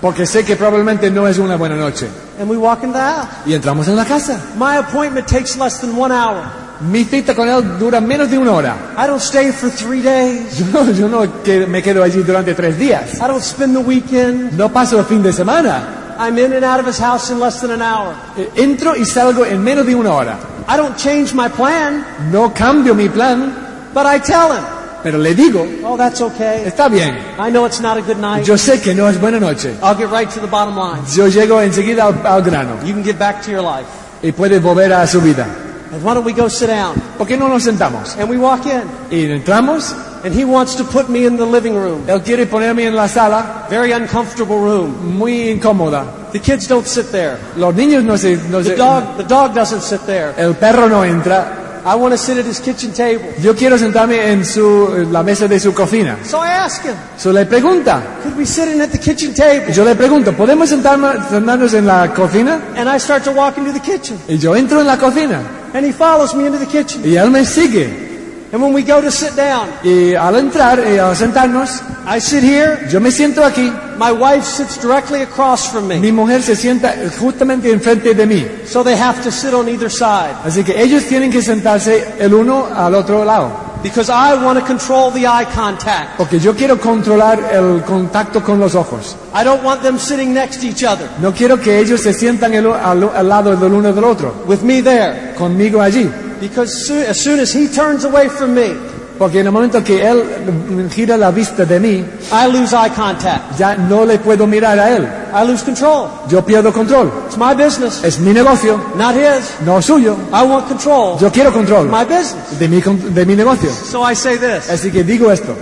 S2: porque sé que probablemente no es una buena noche.
S1: And we walk into the house.
S2: Y entramos en la casa.
S1: My appointment takes less than one hour.
S2: Mi cita con él dura menos de una hora.
S1: I don't stay for three days.
S2: Yo no, yo no que- me quedo allí durante tres días.
S1: I don't spend the weekend.
S2: No paso el fin de semana.
S1: I'm in and out of his house in less than an hour.
S2: Eh, Entro y salgo en menos de una hora.
S1: I don't change my plan,
S2: No cambio mi plan,
S1: but I tell him,
S2: pero le digo,
S1: Oh, that's okay.
S2: está bien.
S1: I know it's not a good night.
S2: Yo sé que no es buena noche.
S1: I'll get right to the bottom line.
S2: Yo llego enseguida al, al grano
S1: You can get back to your life.
S2: y puede volver a su vida.
S1: And why don't we go sit down?
S2: ¿Por qué no nos sentamos?
S1: And we walk in.
S2: Y entramos.
S1: And he wants to put me in the living room.
S2: Él quiere ponerme en la sala
S1: Very uncomfortable room.
S2: muy incómoda.
S1: The kids don't sit there.
S2: Los niños no se... No
S1: The
S2: se
S1: dog, the dog doesn't sit there.
S2: el perro no entra.
S1: I want to sit at his kitchen table.
S2: Yo quiero sentarme en su, la mesa de su cocina.
S1: So I ask him,
S2: So le pregunta,
S1: could we sit in at the kitchen table?
S2: yo le pregunto, ¿podemos sentarnos, sentarnos en la cocina?
S1: And I start to walk into the kitchen.
S2: Y yo entro en la cocina
S1: And he follows me into the kitchen.
S2: y él me sigue.
S1: And when we go to sit down,
S2: Y al entrar y al sentarnos,
S1: I sit here.
S2: yo me siento aquí.
S1: My wife sits directly across from me.
S2: Mi mujer se sienta justamente enfrente de mí.
S1: So they have to sit on either side.
S2: Así que ellos tienen que sentarse el uno al otro lado.
S1: Because I want to control the eye contact.
S2: Porque yo quiero controlar el contacto con los ojos.
S1: I don't want them sitting next to each other.
S2: No quiero que ellos se sientan el u- al, u- al lado del uno del otro.
S1: With me there.
S2: Conmigo allí.
S1: Because soo- as soon as he turns away from me,
S2: Porque en el momento que él gira la vista de mí,
S1: I lose eye contact.
S2: ya no le puedo mirar a él.
S1: I lose control.
S2: Yo pierdo control.
S1: It's my business,
S2: Es mi negocio,
S1: not his.
S2: no suyo.
S1: I want control.
S2: Yo quiero
S1: of
S2: control
S1: My business.
S2: de mi, con- de mi negocio.
S1: So I say this.
S2: Así que digo esto.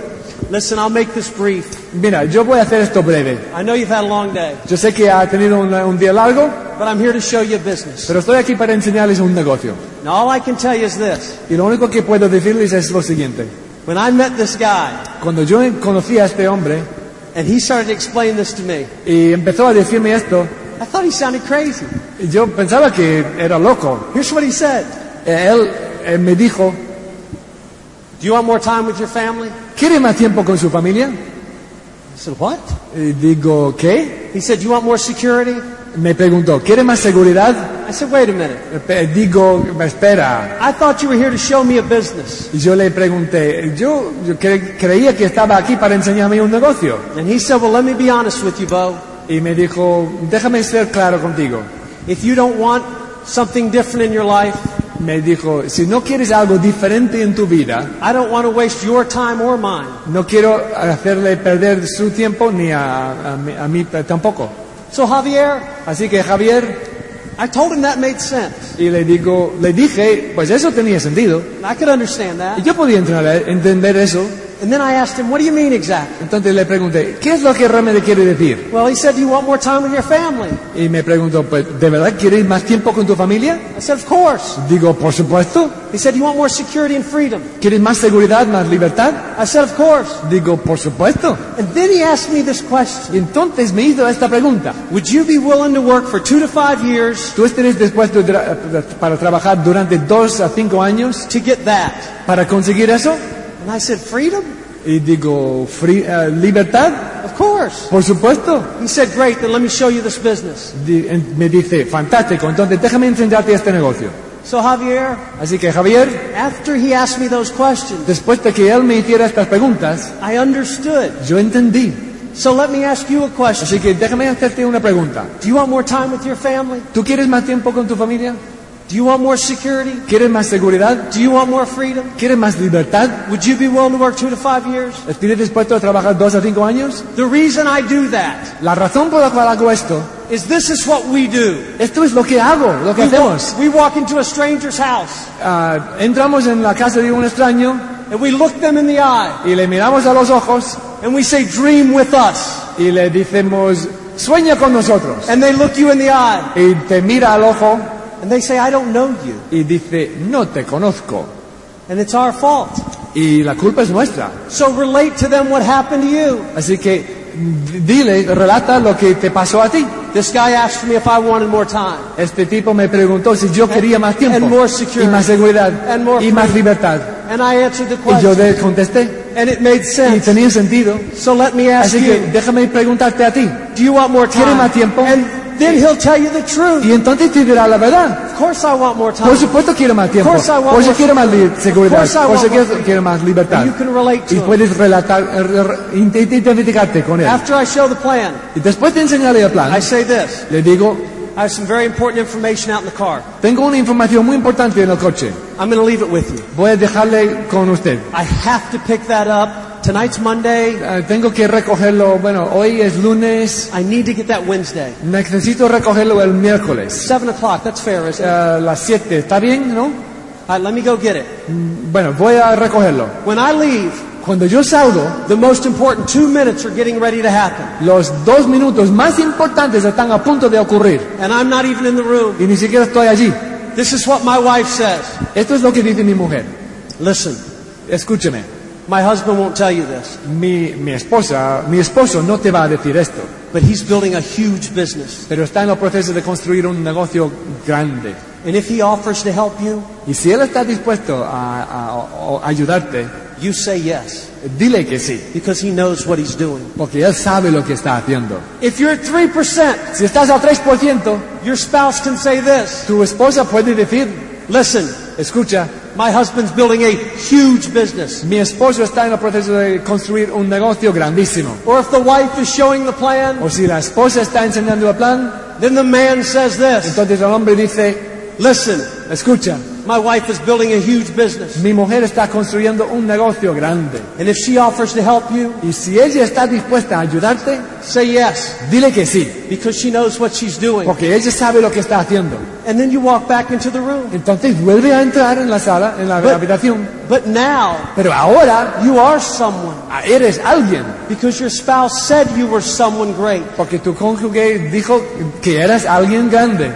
S1: Listen, I'll make this brief.
S2: Mira, yo voy a hacer esto breve.
S1: I know you've had a long day,
S2: Yo sé que ha tenido una- un día largo,
S1: but I'm here to show you a business.
S2: pero estoy aquí para enseñarles un negocio.
S1: Now, all I can tell you is this.
S2: Y lo único que puedo decirles es lo siguiente.
S1: When I met this guy,
S2: Cuando yo conocí a este hombre
S1: and he started to explain this to me,
S2: y empezó a decirme esto,
S1: I thought he sounded crazy.
S2: yo pensaba que era loco.
S1: Here's what he said
S2: Él eh, me dijo,
S1: Do you want more time with your family?
S2: ¿Quiere más tiempo con su familia?
S1: I said, What?
S2: Eh, digo, ¿qué?
S1: He said, You want more security?
S2: Me preguntó, ¿quiere más seguridad?
S1: I said, Wait a minute.
S2: Eh, pe- digo, espera.
S1: I thought you were here to show me a business.
S2: Y yo le pregunté, yo, yo cre- creía que estaba aquí para enseñarme un negocio.
S1: And he said, Well, let me be honest with you, Bo.
S2: Y me dijo, déjame ser claro contigo.
S1: If you don't want something different in your life,
S2: Me dijo, si no quieres algo diferente en tu vida,
S1: I don't want to waste your time or mine.
S2: no quiero hacerle perder su tiempo ni a, a mí- a mí pe- tampoco.
S1: So, Javier,
S2: Así que Javier,
S1: I told him that made sense.
S2: y le digo, le dije, pues eso tenía sentido.
S1: And I could understand
S2: Y
S1: that.
S2: yo podía entrar- entender eso.
S1: And then I asked him, What do you mean exactly?
S2: Entonces le pregunté, ¿qué es lo que realmente quiere decir?
S1: Well, he said, You want more time with your family.
S2: Y me preguntó, pues, ¿de verdad quieres más tiempo con tu familia?
S1: I said, Of course.
S2: Digo, por supuesto.
S1: He said, You want more security and freedom.
S2: ¿Quieres más seguridad, más libertad?
S1: I said, Of course.
S2: Digo, por supuesto.
S1: And then he asked me this question
S2: Y entonces me hizo esta pregunta.
S1: Would you be willing to work for two to five years
S2: ¿Tú estarías dispuesto dra- eh, para trabajar durante dos a cinco años
S1: to get that?
S2: para conseguir eso?
S1: And I said, Freedom?
S2: Y digo, "Fri- eh, ¿libertad?
S1: Of course.
S2: Por supuesto.
S1: He said, Great, then let me show you this business.
S2: Di- en- me dice, fantástico, entonces déjame enseñarte este negocio.
S1: So, Javier,
S2: Así que Javier,
S1: after he asked me those questions,
S2: después de que él me hiciera estas preguntas,
S1: I understood.
S2: yo entendí.
S1: So, let me ask you a question
S2: Así que déjame hacerte una pregunta.
S1: Do you want more time with your family?
S2: ¿Tú quieres más tiempo con tu familia?
S1: Do you want more security?
S2: ¿Quieres más seguridad?
S1: Do you want more freedom?
S2: ¿Quieres más libertad?
S1: Would you be willing to work two to five years?
S2: ¿Estás dispuesto a trabajar dos a cinco años?
S1: The reason I do that
S2: La razón por la cual hago esto,
S1: is this is what we do.
S2: esto es lo que hago, lo que
S1: We
S2: hacemos.
S1: walk, we walk into a stranger's house
S2: Ah, entramos en la casa de un extraño
S1: and we look them in the eye
S2: y le miramos a los ojos
S1: and we say, Dream with us.
S2: y le decimos, sueña con nosotros.
S1: And they look you in the eye
S2: Y te mira al ojo
S1: and they say, I don't know you.
S2: y dice, no te conozco.
S1: And it's our fault.
S2: Y la culpa es nuestra.
S1: So relate to them what happened to you.
S2: Así que d- dile, relata lo que te pasó a ti.
S1: This guy asked me if I wanted more time
S2: Este tipo me preguntó si yo quería más tiempo
S1: and more security.
S2: y más seguridad
S1: And more
S2: y más
S1: freedom.
S2: libertad.
S1: and I answered the
S2: Y yo
S1: question
S2: le contesté
S1: and it made
S2: y
S1: sense.
S2: tenía sentido.
S1: So let me ask
S2: Así que
S1: you,
S2: déjame preguntarte a ti.
S1: do you want more
S2: ¿Quiere
S1: time?
S2: más tiempo?
S1: And then he'll tell you the truth.
S2: Y entonces te dirá la verdad.
S1: Of course I want more
S2: Por
S1: time.
S2: supuesto quiero más tiempo.
S1: Of course I want
S2: Por
S1: more-
S2: supuesto quiero más li- seguridad.
S1: Of course I
S2: Por
S1: want
S2: supuesto
S1: more-
S2: quiero más libertad.
S1: And you can relate to
S2: Y
S1: him.
S2: puedes relatar, eh, re- re- identificarte con él.
S1: After I show the plan,
S2: Y después de enseñarle el
S1: Ah. I
S2: plan,
S1: say this.
S2: le digo,
S1: I have some very important information out in the car.
S2: tengo una información muy importante en el coche.
S1: I'm going to leave it with you.
S2: Voy a dejarle con usted.
S1: I have to pick that up. Tonight's Monday.
S2: Eh, tengo que recogerlo, bueno, hoy es lunes.
S1: I need to get that Wednesday.
S2: Necesito recogerlo el miércoles.
S1: Seven o'clock. That's fair, isn't it?
S2: A las 7, ¿está bien, no?
S1: All right, let me go get it.
S2: Bueno, voy a recogerlo.
S1: When I leave,
S2: Cuando yo salgo,
S1: the most important two minutes are getting ready to happen.
S2: los dos minutos más importantes están a punto de ocurrir.
S1: And I'm not even in the room.
S2: Y ni siquiera estoy allí.
S1: This is what my wife says.
S2: Esto es lo que dice mi mujer.
S1: Listen,
S2: Escúcheme.
S1: my husband won't tell you this,
S2: Mi, mi esposa, mi esposo no te va a decir esto,
S1: but he's building a huge business.
S2: pero está en el proceso de construir un negocio grande.
S1: And if he offers to help you,
S2: Y si él está dispuesto a, a- a- a ayudarte,
S1: you say yes
S2: dile que sí,
S1: because he knows what he's doing.
S2: porque él sabe lo que está haciendo.
S1: If you're at 3%,
S2: Si estás al 3%,
S1: your spouse can say this.
S2: tu esposa puede decir,
S1: Listen,
S2: escucha,
S1: my husband's building a huge business.
S2: mi esposo está en el proceso de construir un negocio grandísimo.
S1: Or if the wife is showing the plan,
S2: O si la esposa está enseñando el plan,
S1: then the man says this.
S2: entonces el hombre dice,
S1: Listen,
S2: escucha,
S1: my wife is building a huge business.
S2: mi mujer está construyendo un negocio grande.
S1: And if she offers to help you,
S2: Y si ella está dispuesta a ayudarte,
S1: say yes,
S2: dile que sí,
S1: because she knows what she's doing.
S2: porque ella sabe lo que está haciendo.
S1: And then you walk back into the room.
S2: Entonces vuelve a entrar en la sala, en la
S1: But-
S2: habitación.
S1: But now,
S2: Pero ahora
S1: you are someone,
S2: ah, eres alguien,
S1: because your spouse said you were someone great.
S2: porque tu cónyuge dijo que eras alguien grande.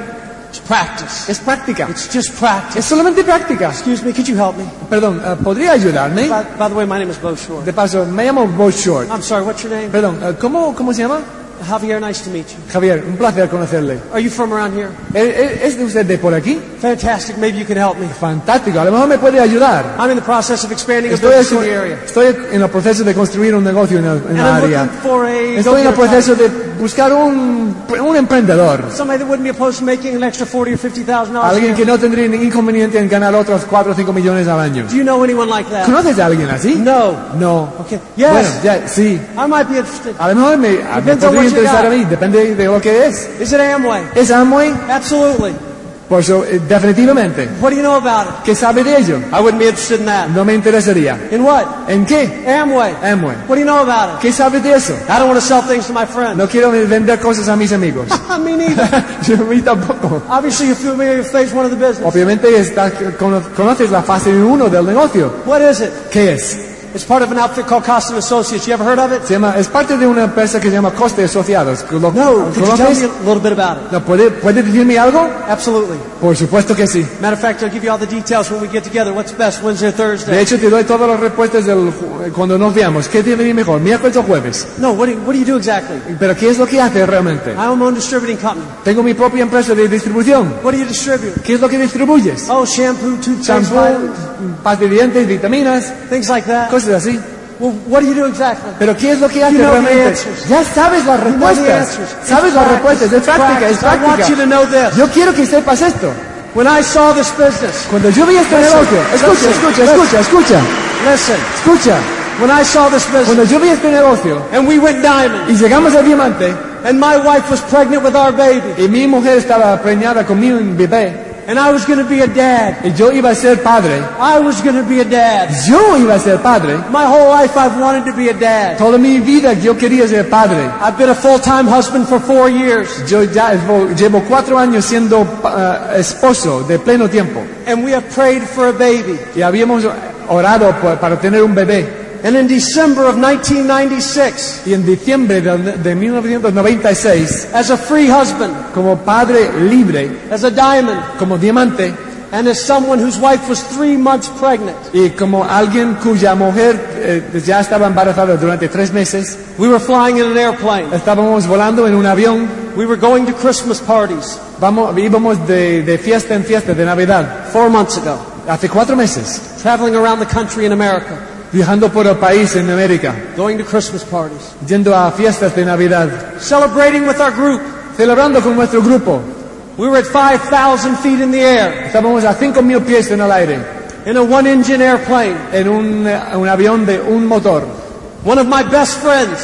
S1: It's practice.
S2: Es práctica,
S1: It's just practice.
S2: es solamente práctica.
S1: Excuse me, could you help me?
S2: Perdón, ah, ¿podría ayudarme?
S1: By, by the way, my name is Bo Shore.
S2: De paso, me llamo Bo Short.
S1: I'm sorry, what's your name?
S2: Perdón, ah, ¿cómo, ¿cómo se llama?
S1: Javier, nice to meet you.
S2: Javier, un placer conocerle.
S1: Are you from around here?
S2: ¿E- e- ¿Es de usted de por aquí?
S1: Fantastic. Maybe you can help me.
S2: Fantástico, a lo mejor me puede ayudar.
S1: I'm in the process of expanding a
S2: Estoy,
S1: business in
S2: haci-
S1: the area.
S2: estoy en el proceso de construir un negocio en, el- en
S1: And
S2: la
S1: I'm
S2: área.
S1: looking for a
S2: Estoy en el
S1: go-getter type.
S2: proceso de buscar un, un emprendedor.
S1: somebody that wouldn't be opposed to making an extra forty or fifty thousand dollars.
S2: Alguien que no tendría ningún inconveniente en ganar otros 4 o 5 millones al año.
S1: Do you know anyone like that?
S2: ¿Conoces a alguien así?
S1: No.
S2: No.
S1: Okay.
S2: Bueno,
S1: Yes.
S2: ya, sí.
S1: I might be interested.
S2: A lo mejor me, a- me
S1: Depends
S2: podría
S1: on what you
S2: interesar a
S1: got.
S2: mí, depende de lo que es.
S1: Is it Amway?
S2: ¿Es Amway?
S1: Absolutely.
S2: Por su- eh, definitivamente.
S1: What do you know about it?
S2: ¿Qué sabe de ello?
S1: I wouldn't be interested in that.
S2: No me interesaría.
S1: In what?
S2: ¿En qué?
S1: Amway.
S2: Amway.
S1: What do you know about it?
S2: ¿Qué sabe de eso?
S1: I don't want to sell things to my friends.
S2: No quiero vender cosas a mis amigos.
S1: Me neither.
S2: Yo a mí tampoco.
S1: Obviously, you're familiar with phase one of the business.
S2: Obviamente está, cono- conoces la fase 1 del negocio.
S1: What is it?
S2: ¿Qué es?
S1: It's part of an outfit called Cost and Associates. You ever heard of it?
S2: Se llama, es parte de una empresa que se llama Coste Asociados. ¿Lo-
S1: No. Could you tell me
S2: ¿Conoces?
S1: a little bit about it?
S2: ¿No puede, ¿Puede decirme algo?
S1: Absolutely.
S2: Por supuesto que sí.
S1: Matter of fact, I'll give you all the details when we get together. What's best, Wednesday or
S2: De
S1: Thursday?
S2: hecho, te doy todas las respuestas del, ju- cuando nos veamos. ¿Qué te viene mejor, miércoles o jueves?
S1: No, what do you, what do, you do exactly?
S2: Pero ¿qué es lo que haces realmente?
S1: I own my own distributing company.
S2: Tengo mi propia empresa de distribución.
S1: What do you distribute?
S2: ¿Qué es lo que distribuyes?
S1: Oh, shampoo, toothpaste,
S2: Shampoo,
S1: vitamins,
S2: pasta de dientes, vitaminas,
S1: things like that.
S2: cosas así.
S1: Well, what do you do exactly?
S2: Pero ¿qué es lo que haces
S1: know the
S2: realmente?
S1: answers.
S2: Ya sabes las
S1: You know the
S2: respuestas.
S1: answers.
S2: Sabes
S1: It's
S2: las
S1: practice.
S2: respuestas. Es
S1: It's
S2: práctica, es
S1: practice. I want you to
S2: práctica.
S1: know this.
S2: Yo quiero que sepas esto.
S1: When I saw this business,
S2: Cuando yo vi este
S1: Listen,
S2: negocio, escucha,
S1: listen,
S2: escucha, escucha,
S1: listen.
S2: escucha,
S1: listen,
S2: escucha.
S1: when I saw this
S2: Cuando
S1: business,
S2: yo vi este negocio
S1: and we went diamond,
S2: y llegamos a Diamante
S1: and my wife was pregnant with our baby,
S2: y mi mujer estaba preñada con mi bebé
S1: and I was going to be a dad.
S2: y yo iba a ser padre,
S1: I was going to be a dad.
S2: yo iba a ser padre.
S1: My whole life I've wanted to be a dad.
S2: Toda mi vida yo quería ser padre.
S1: I've been a full-time husband for four years,
S2: Yo ya llevo, llevo cuatro años siendo ah, esposo de pleno tiempo
S1: and we have prayed for a baby.
S2: y habíamos orado por- para tener un bebé.
S1: And in December of 1996,
S2: Y en diciembre de, de 1996,
S1: as a free husband,
S2: como padre libre,
S1: as a diamond,
S2: como diamante
S1: and as someone whose wife was three months pregnant,
S2: y como alguien cuya mujer eh, ya estaba embarazada durante tres meses,
S1: we were flying in an airplane.
S2: estábamos volando en un avión,
S1: We were going to Christmas parties
S2: vamos, íbamos de, de fiesta en fiesta de Navidad,
S1: four months ago,
S2: hace cuatro meses,
S1: traveling around the country in America,
S2: viajando por el país en América,
S1: going to Christmas parties,
S2: yendo a fiestas de Navidad.
S1: celebrating with our group.
S2: celebrando con nuestro grupo.
S1: We were at 5,000 feet in the air
S2: Estábamos a 5.000 pies en el aire,
S1: in a one engine airplane.
S2: en un, eh, un avión de un motor.
S1: One of my best friends,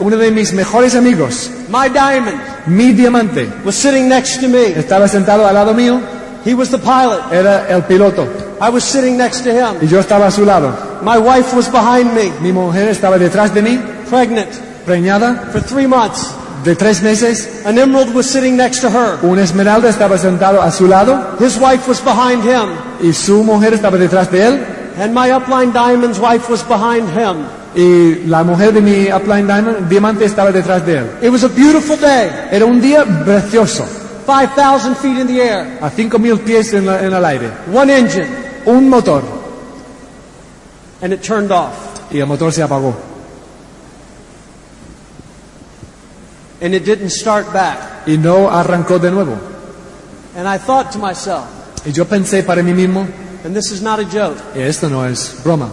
S2: Uno de mis mejores amigos,
S1: my diamond,
S2: mi diamante,
S1: was sitting next to me.
S2: estaba sentado al lado mío,
S1: He was the pilot.
S2: era el piloto,
S1: I was sitting next to him.
S2: y yo estaba a su lado.
S1: My wife was behind me,
S2: Mi mujer estaba detrás de mí,
S1: pregnant
S2: preñada,
S1: for three months.
S2: de tres meses.
S1: An emerald was sitting next to her.
S2: Un esmeralda estaba sentado a su lado,
S1: His wife was behind him,
S2: y su mujer estaba detrás de él,
S1: and my upline diamond's wife was behind him.
S2: y la mujer de mi upline diamond- diamante estaba detrás de él.
S1: It was a beautiful day,
S2: Era un día precioso,
S1: 5,000 feet in the air,
S2: a 5.000 pies en la- en el aire,
S1: one engine,
S2: un motor.
S1: and it turned off.
S2: y el motor se apagó
S1: And it didn't start back.
S2: y no arrancó de nuevo.
S1: And I thought to myself,
S2: Y yo pensé para mí mismo,
S1: and this is not a joke,
S2: esto no es broma.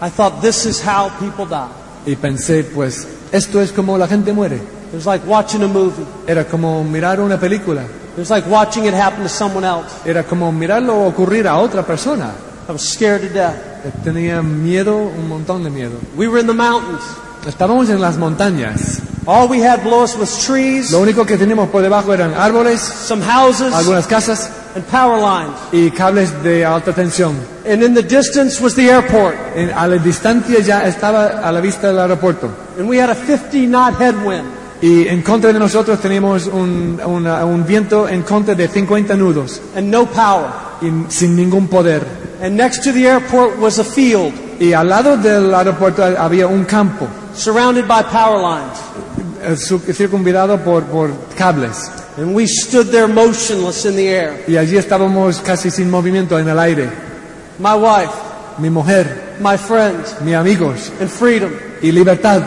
S1: I thought this is how people die.
S2: Y pensé, pues, esto es como la gente muere.
S1: It was like watching a movie.
S2: Era como mirar una película,
S1: It was like watching it happen to someone else.
S2: era como mirarlo ocurrir a otra persona.
S1: I was scared to death.
S2: Eh, Tenía miedo, un montón de miedo.
S1: We were in the mountains.
S2: Estábamos en las montañas.
S1: All we had below us was trees,
S2: Lo único que teníamos por debajo eran árboles,
S1: some houses,
S2: algunas casas
S1: and power lines.
S2: y cables de alta tensión.
S1: And in the distance was the airport.
S2: En- a la distancia ya estaba a la vista del aeropuerto.
S1: And we had a 50 knot headwind.
S2: Y en contra de nosotros teníamos un, una- un viento en contra de 50 nudos,
S1: and no power.
S2: y sin ningún poder.
S1: And next to the airport was a field
S2: Y al lado del aeropuerto había un campo
S1: surrounded by power lines.
S2: eh, su- circunvidado por, por cables.
S1: And we stood there motionless in the air.
S2: Y allí estábamos casi sin movimiento en el aire.
S1: My wife,
S2: Mi mujer,
S1: my friends,
S2: mis amigos
S1: and freedom.
S2: y libertad.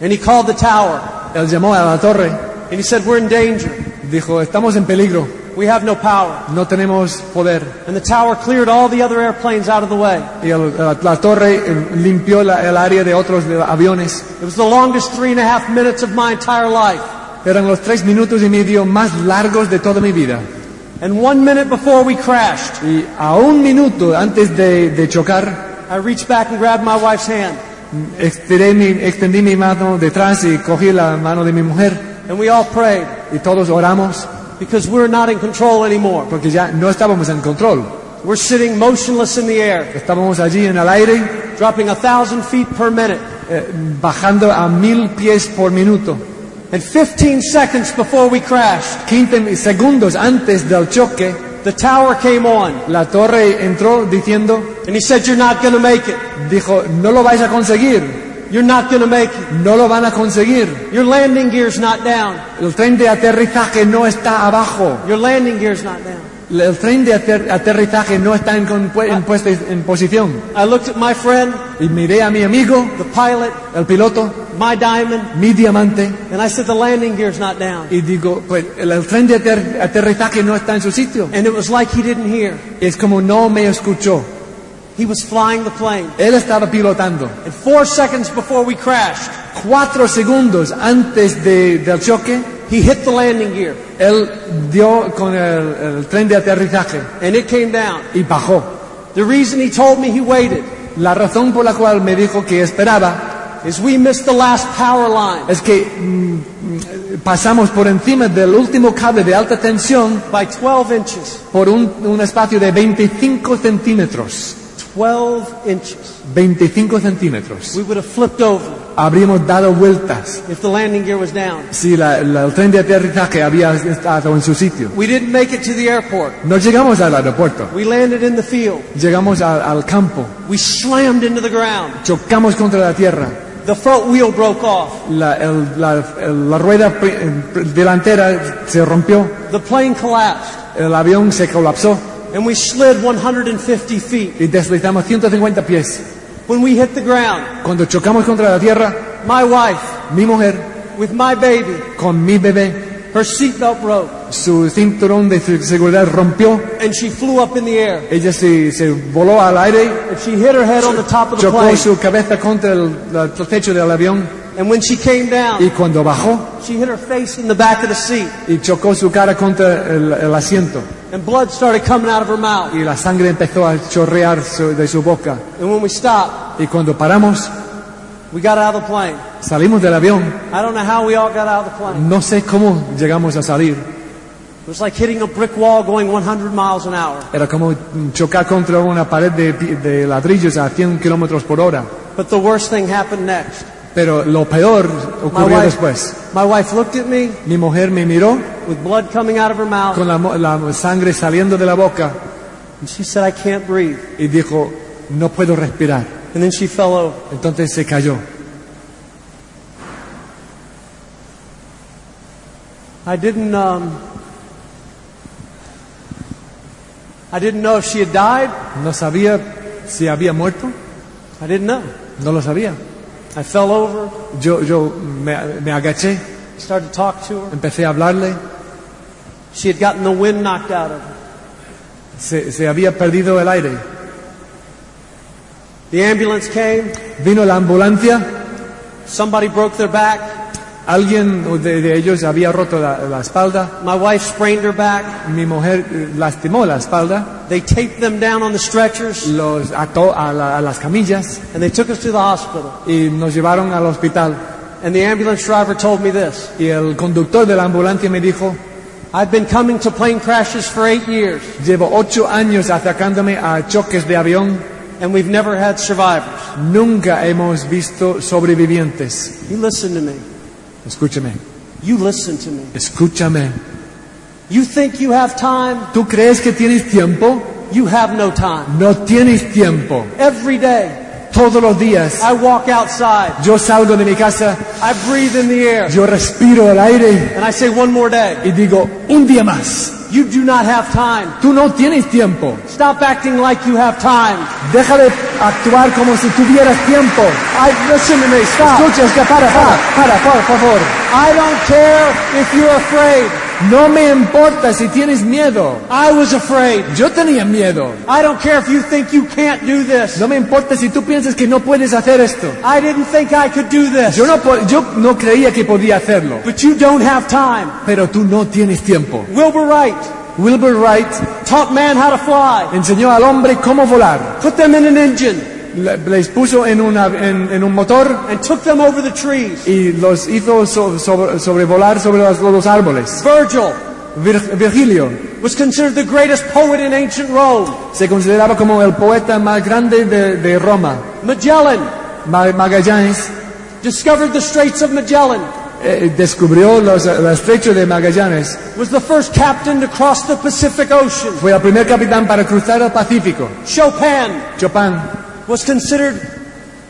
S1: And he called the tower.
S2: Él llamó a la torre,
S1: And he said, We're in danger.
S2: dijo, estamos en peligro,
S1: We have no power.
S2: no tenemos poder.
S1: And the tower cleared all the other airplanes out of the way.
S2: Y el- la, la torre eh, limpió la- el área de otros de- aviones.
S1: It was the longest three and a half minutes of my entire life.
S2: Eran los tres minutos y medio más largos de toda mi vida.
S1: And one minute before we crashed,
S2: Y a un minuto antes de, de chocar,
S1: I reached back and grabbed my wife's hand.
S2: extendí mi, extendí mi mano detrás y cogí la mano de mi mujer.
S1: And we all prayed
S2: Y todos oramos
S1: because we're not in control anymore.
S2: porque ya no estábamos en control.
S1: We're sitting motionless in the air,
S2: Estábamos allí en el aire,
S1: dropping a thousand feet per minute.
S2: eh, bajando a mil pies por minuto.
S1: And 15 seconds before we crashed,
S2: 15 segundos antes del choque,
S1: the tower came on.
S2: la torre entró diciendo,
S1: And he said, You're not going to make it.
S2: dijo, no lo vais a conseguir,
S1: You're not going to make it.
S2: no lo van a conseguir.
S1: Your landing gear's not down.
S2: El tren de aterrizaje no está abajo.
S1: Your landing gear's not down.
S2: El tren de ater- aterrizaje no está en, con- en puesta- en posición.
S1: I looked at my friend,
S2: Y miré a mi amigo,
S1: the pilot,
S2: el piloto,
S1: my diamond,
S2: mi diamante,
S1: and I said, The landing gear's not down.
S2: y digo, pues el, el tren de ater- aterrizaje no está en su sitio.
S1: And it was like he didn't hear.
S2: Es como no me escuchó.
S1: He was flying the plane.
S2: Él estaba pilotando.
S1: And four seconds before we crashed,
S2: Cuatro segundos antes de- del choque,
S1: he hit the landing gear
S2: Él dio con el, el tren de aterrizaje
S1: and it came down.
S2: y bajó.
S1: The reason he told me he waited
S2: La razón por la cual me dijo que esperaba
S1: is we missed the last power line
S2: es que mm, mm, pasamos por encima del último cable de alta tensión
S1: by 12 inches.
S2: por un, un espacio de 25 centímetros.
S1: 12 inches.
S2: 25 centímetros.
S1: We would have flipped over
S2: Habríamos dado vueltas
S1: if the landing gear was down.
S2: si la- la- el tren de aterrizaje había estado en su sitio.
S1: We didn't make it to the airport.
S2: No llegamos al aeropuerto,
S1: We landed in the field.
S2: llegamos al- al campo,
S1: We slammed into the ground.
S2: chocamos contra la tierra.
S1: The front wheel broke off.
S2: La, el- la- el- la rueda pri- eh, delantera se rompió,
S1: The plane collapsed.
S2: el avión se colapsó
S1: And we slid 150 feet.
S2: y deslizamos 150 pies.
S1: When we hit the ground,
S2: Cuando chocamos contra la tierra,
S1: my wife,
S2: mi mujer
S1: with my baby,
S2: con mi bebé,
S1: her seatbelt broke.
S2: su cinturón de se- seguridad rompió,
S1: and she flew up in the air
S2: ella se, se voló al aire,
S1: and she hit her head on the top of the
S2: chocó
S1: plane.
S2: su cabeza contra el, la- el techo del avión
S1: And when she came
S2: y
S1: down,
S2: cuando bajó
S1: she hit her face in the back of the seat
S2: y chocó su cara contra el, el asiento
S1: and blood started coming out of her mouth.
S2: y la sangre empezó a chorrear su- de su boca.
S1: And when we stopped,
S2: Y cuando paramos,
S1: we got out of the plane.
S2: salimos del avión
S1: I don't know how we all got out of the plane.
S2: No sé cómo llegamos a salir.
S1: It was like hitting a brick wall going 100 miles an hour.
S2: Era como chocar contra una pared de, pi- de ladrillos a 100 kilómetros por hora.
S1: But the worst thing happened next.
S2: Pero lo peor
S1: My
S2: ocurrió después.
S1: wife, my wife looked at me
S2: Mi mujer me miró
S1: with blood coming out of her mouth
S2: con la, mo- la sangre saliendo de la boca
S1: and she said, I can't breathe.
S2: y dijo, no puedo respirar.
S1: And then she fell over.
S2: Entonces se cayó.
S1: I didn't, um, I didn't know if she had died.
S2: No sabía si había muerto.
S1: I didn't know.
S2: No lo sabía.
S1: I fell over,
S2: Yo, yo me, me agaché,
S1: started to talk to her.
S2: empecé a hablarle.
S1: She had gotten the wind knocked out of her.
S2: Se, se había perdido el aire.
S1: The ambulance came,
S2: Vino la ambulancia.
S1: somebody broke their back,
S2: Alguien de, de ellos había roto la- la espalda.
S1: my wife sprained her back.
S2: Mi mujer eh, lastimó la espalda,
S1: They taped them down on the stretchers
S2: los ató a, la- a las camillas
S1: and they took us to the hospital.
S2: y nos llevaron al hospital.
S1: And the ambulance driver told me this
S2: Y el conductor de la ambulancia me dijo,
S1: I've been coming to plane crashes for eight years
S2: llevo ocho años atacándome a choques de avión,
S1: and we've never had survivors.
S2: nunca hemos visto sobrevivientes.
S1: You listen to me.
S2: Escúchame,
S1: You listen to me.
S2: escúchame.
S1: You think you have time?
S2: ¿Tú crees que tienes tiempo?
S1: You have no time.
S2: No tienes tiempo.
S1: Every day
S2: Todos los días
S1: I walk outside,
S2: yo salgo de mi casa,
S1: I breathe in the air,
S2: yo respiro el aire
S1: and I say one more day.
S2: y digo, un día más,
S1: You do not have time.
S2: Tú no tienes tiempo.
S1: Stop acting like you have time.
S3: Deja de actuar como si tuvieras tiempo.
S1: I listen to me. Stop.
S3: Escucha, escucha, para, para, para, por favor.
S1: I don't care if you're afraid.
S2: No me importa si tienes miedo.
S1: I was afraid.
S2: Yo tenía miedo.
S1: I don't care if you think you can't do this.
S2: No me importa si tú piensas que no puedes hacer esto.
S1: I didn't think I could do this.
S2: Yo no, po- yo no creía que podía hacerlo.
S1: But you don't have time.
S2: Pero tú no tienes tiempo.
S1: Wilbur Wright
S2: Wilbur Wright
S1: taught man how to fly.
S2: enseñó al hombre cómo volar.
S1: Put them in an engine
S2: Le- Les puso en, una- en- en un motor
S1: and took them over the trees.
S2: y los hizo so- sobre- sobrevolar sobre las- los árboles.
S1: Virgil
S2: Vir- Virgilio
S1: was considered the greatest poet in ancient Rome.
S2: se consideraba como el poeta más grande de, de Roma.
S1: Magellan
S2: Ma- Magallanes
S1: discovered the Straits of Magellan.
S2: eh, descubrió los, el estrecho de Magallanes.
S1: Was the first captain to cross the Pacific Ocean.
S2: Fue el primer capitán para cruzar el Pacífico.
S1: Chopin
S2: Chopin
S1: was considered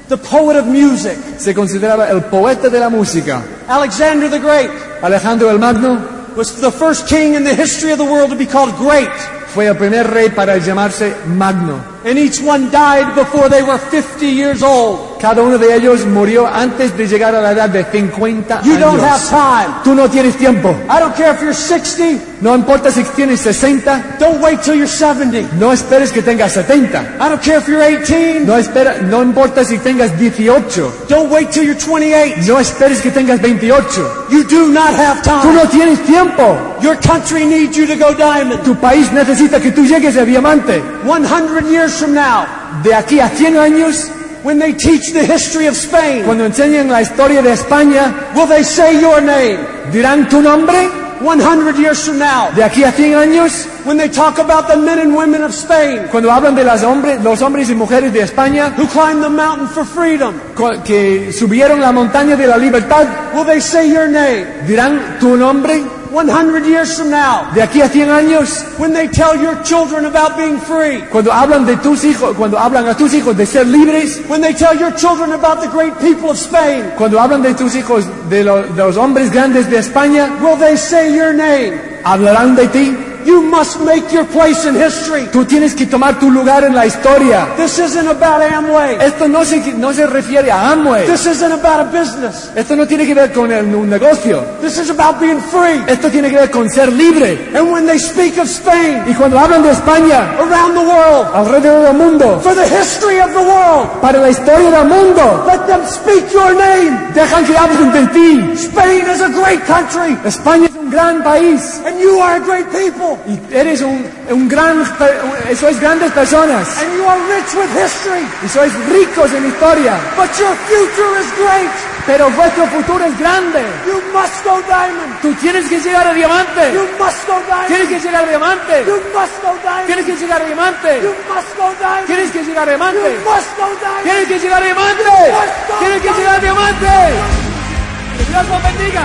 S1: the poet of music.
S2: se consideraba el poeta de la música.
S1: Alexander the Great
S2: Alejandro el Magno
S1: was the first king in the history of the world to be called great.
S2: fue el primer rey para llamarse Magno.
S1: And each one died before they were 50 years old.
S2: Cada uno de ellos murió antes de llegar a la edad de 50
S1: You don't have
S2: años.
S1: time.
S2: Tú no tienes tiempo.
S1: I don't care if you're 60.
S2: No importa si tienes 60,
S1: Don't wait till you're 70.
S2: no esperes que tengas 70.
S1: I don't care if you're 18.
S2: No, espera, no importa si tengas 18.
S1: Don't wait till you're 28.
S2: No esperes que tengas 28.
S1: You do not have
S2: Tú
S1: time.
S2: no tienes tiempo.
S1: Your country needs you to go diamond.
S2: Tu país necesita que tú llegues a diamante.
S1: 100 years from now,
S2: De aquí a 100 años,
S1: when they teach the history of Spain,
S2: cuando enseñen la historia de España,
S1: will they say your name?
S2: dirán tu nombre.
S1: 100 years from now,
S2: De aquí a 100 años,
S1: when they talk about the men and women of Spain
S2: cuando hablan de las hombre- los hombres y mujeres de España
S1: who climbed the mountain for freedom,
S2: co- que subieron la montaña de la libertad,
S1: will they say your name?
S2: dirán tu nombre.
S1: 100 years from now,
S2: De aquí a 100 años,
S1: when they tell your children about being free,
S2: cuando hablan de tus hijos, cuando hablan a tus hijos de ser libres,
S1: when they tell your children about the great people of Spain,
S2: cuando hablan de tus hijos de, lo- de los hombres grandes de España,
S1: will they say your name?
S2: hablarán de ti.
S1: You must make your place in history.
S2: Tú tienes que tomar tu lugar en la historia.
S1: This isn't about Amway.
S2: Esto no se, no se refiere a Amway.
S1: This isn't about a business.
S2: Esto no tiene que ver con el- un negocio.
S1: This is about being free.
S2: Esto tiene que ver con ser libre.
S1: And when they speak of Spain
S2: Y cuando hablan de España,
S1: around the world,
S2: alrededor del mundo,
S1: for the history of the world,
S2: para la historia del mundo.
S1: let them speak your name.
S2: Dejan que hablen de ti.
S1: Spain is a great country,
S2: España es un gran país
S1: and you are a great people,
S2: y eres un, un gran, pe- sois grandes personas
S1: and you are rich with history,
S2: y sois ricos en historia,
S1: but your future is great.
S2: pero vuestro futuro es grande.
S1: You must go diamond.
S2: Tú tienes que llegar a diamante.
S1: You must go diamond.
S2: Tienes que llegar a diamante.
S1: You must go diamond.
S2: Tienes que llegar a diamante.
S1: You must go diamond.
S2: Tienes que llegar a
S1: You
S2: diamante.
S1: must go diamond.
S2: Tienes que llegar a diamante. Tienes que llegar a diamante. Que Dios los bendiga.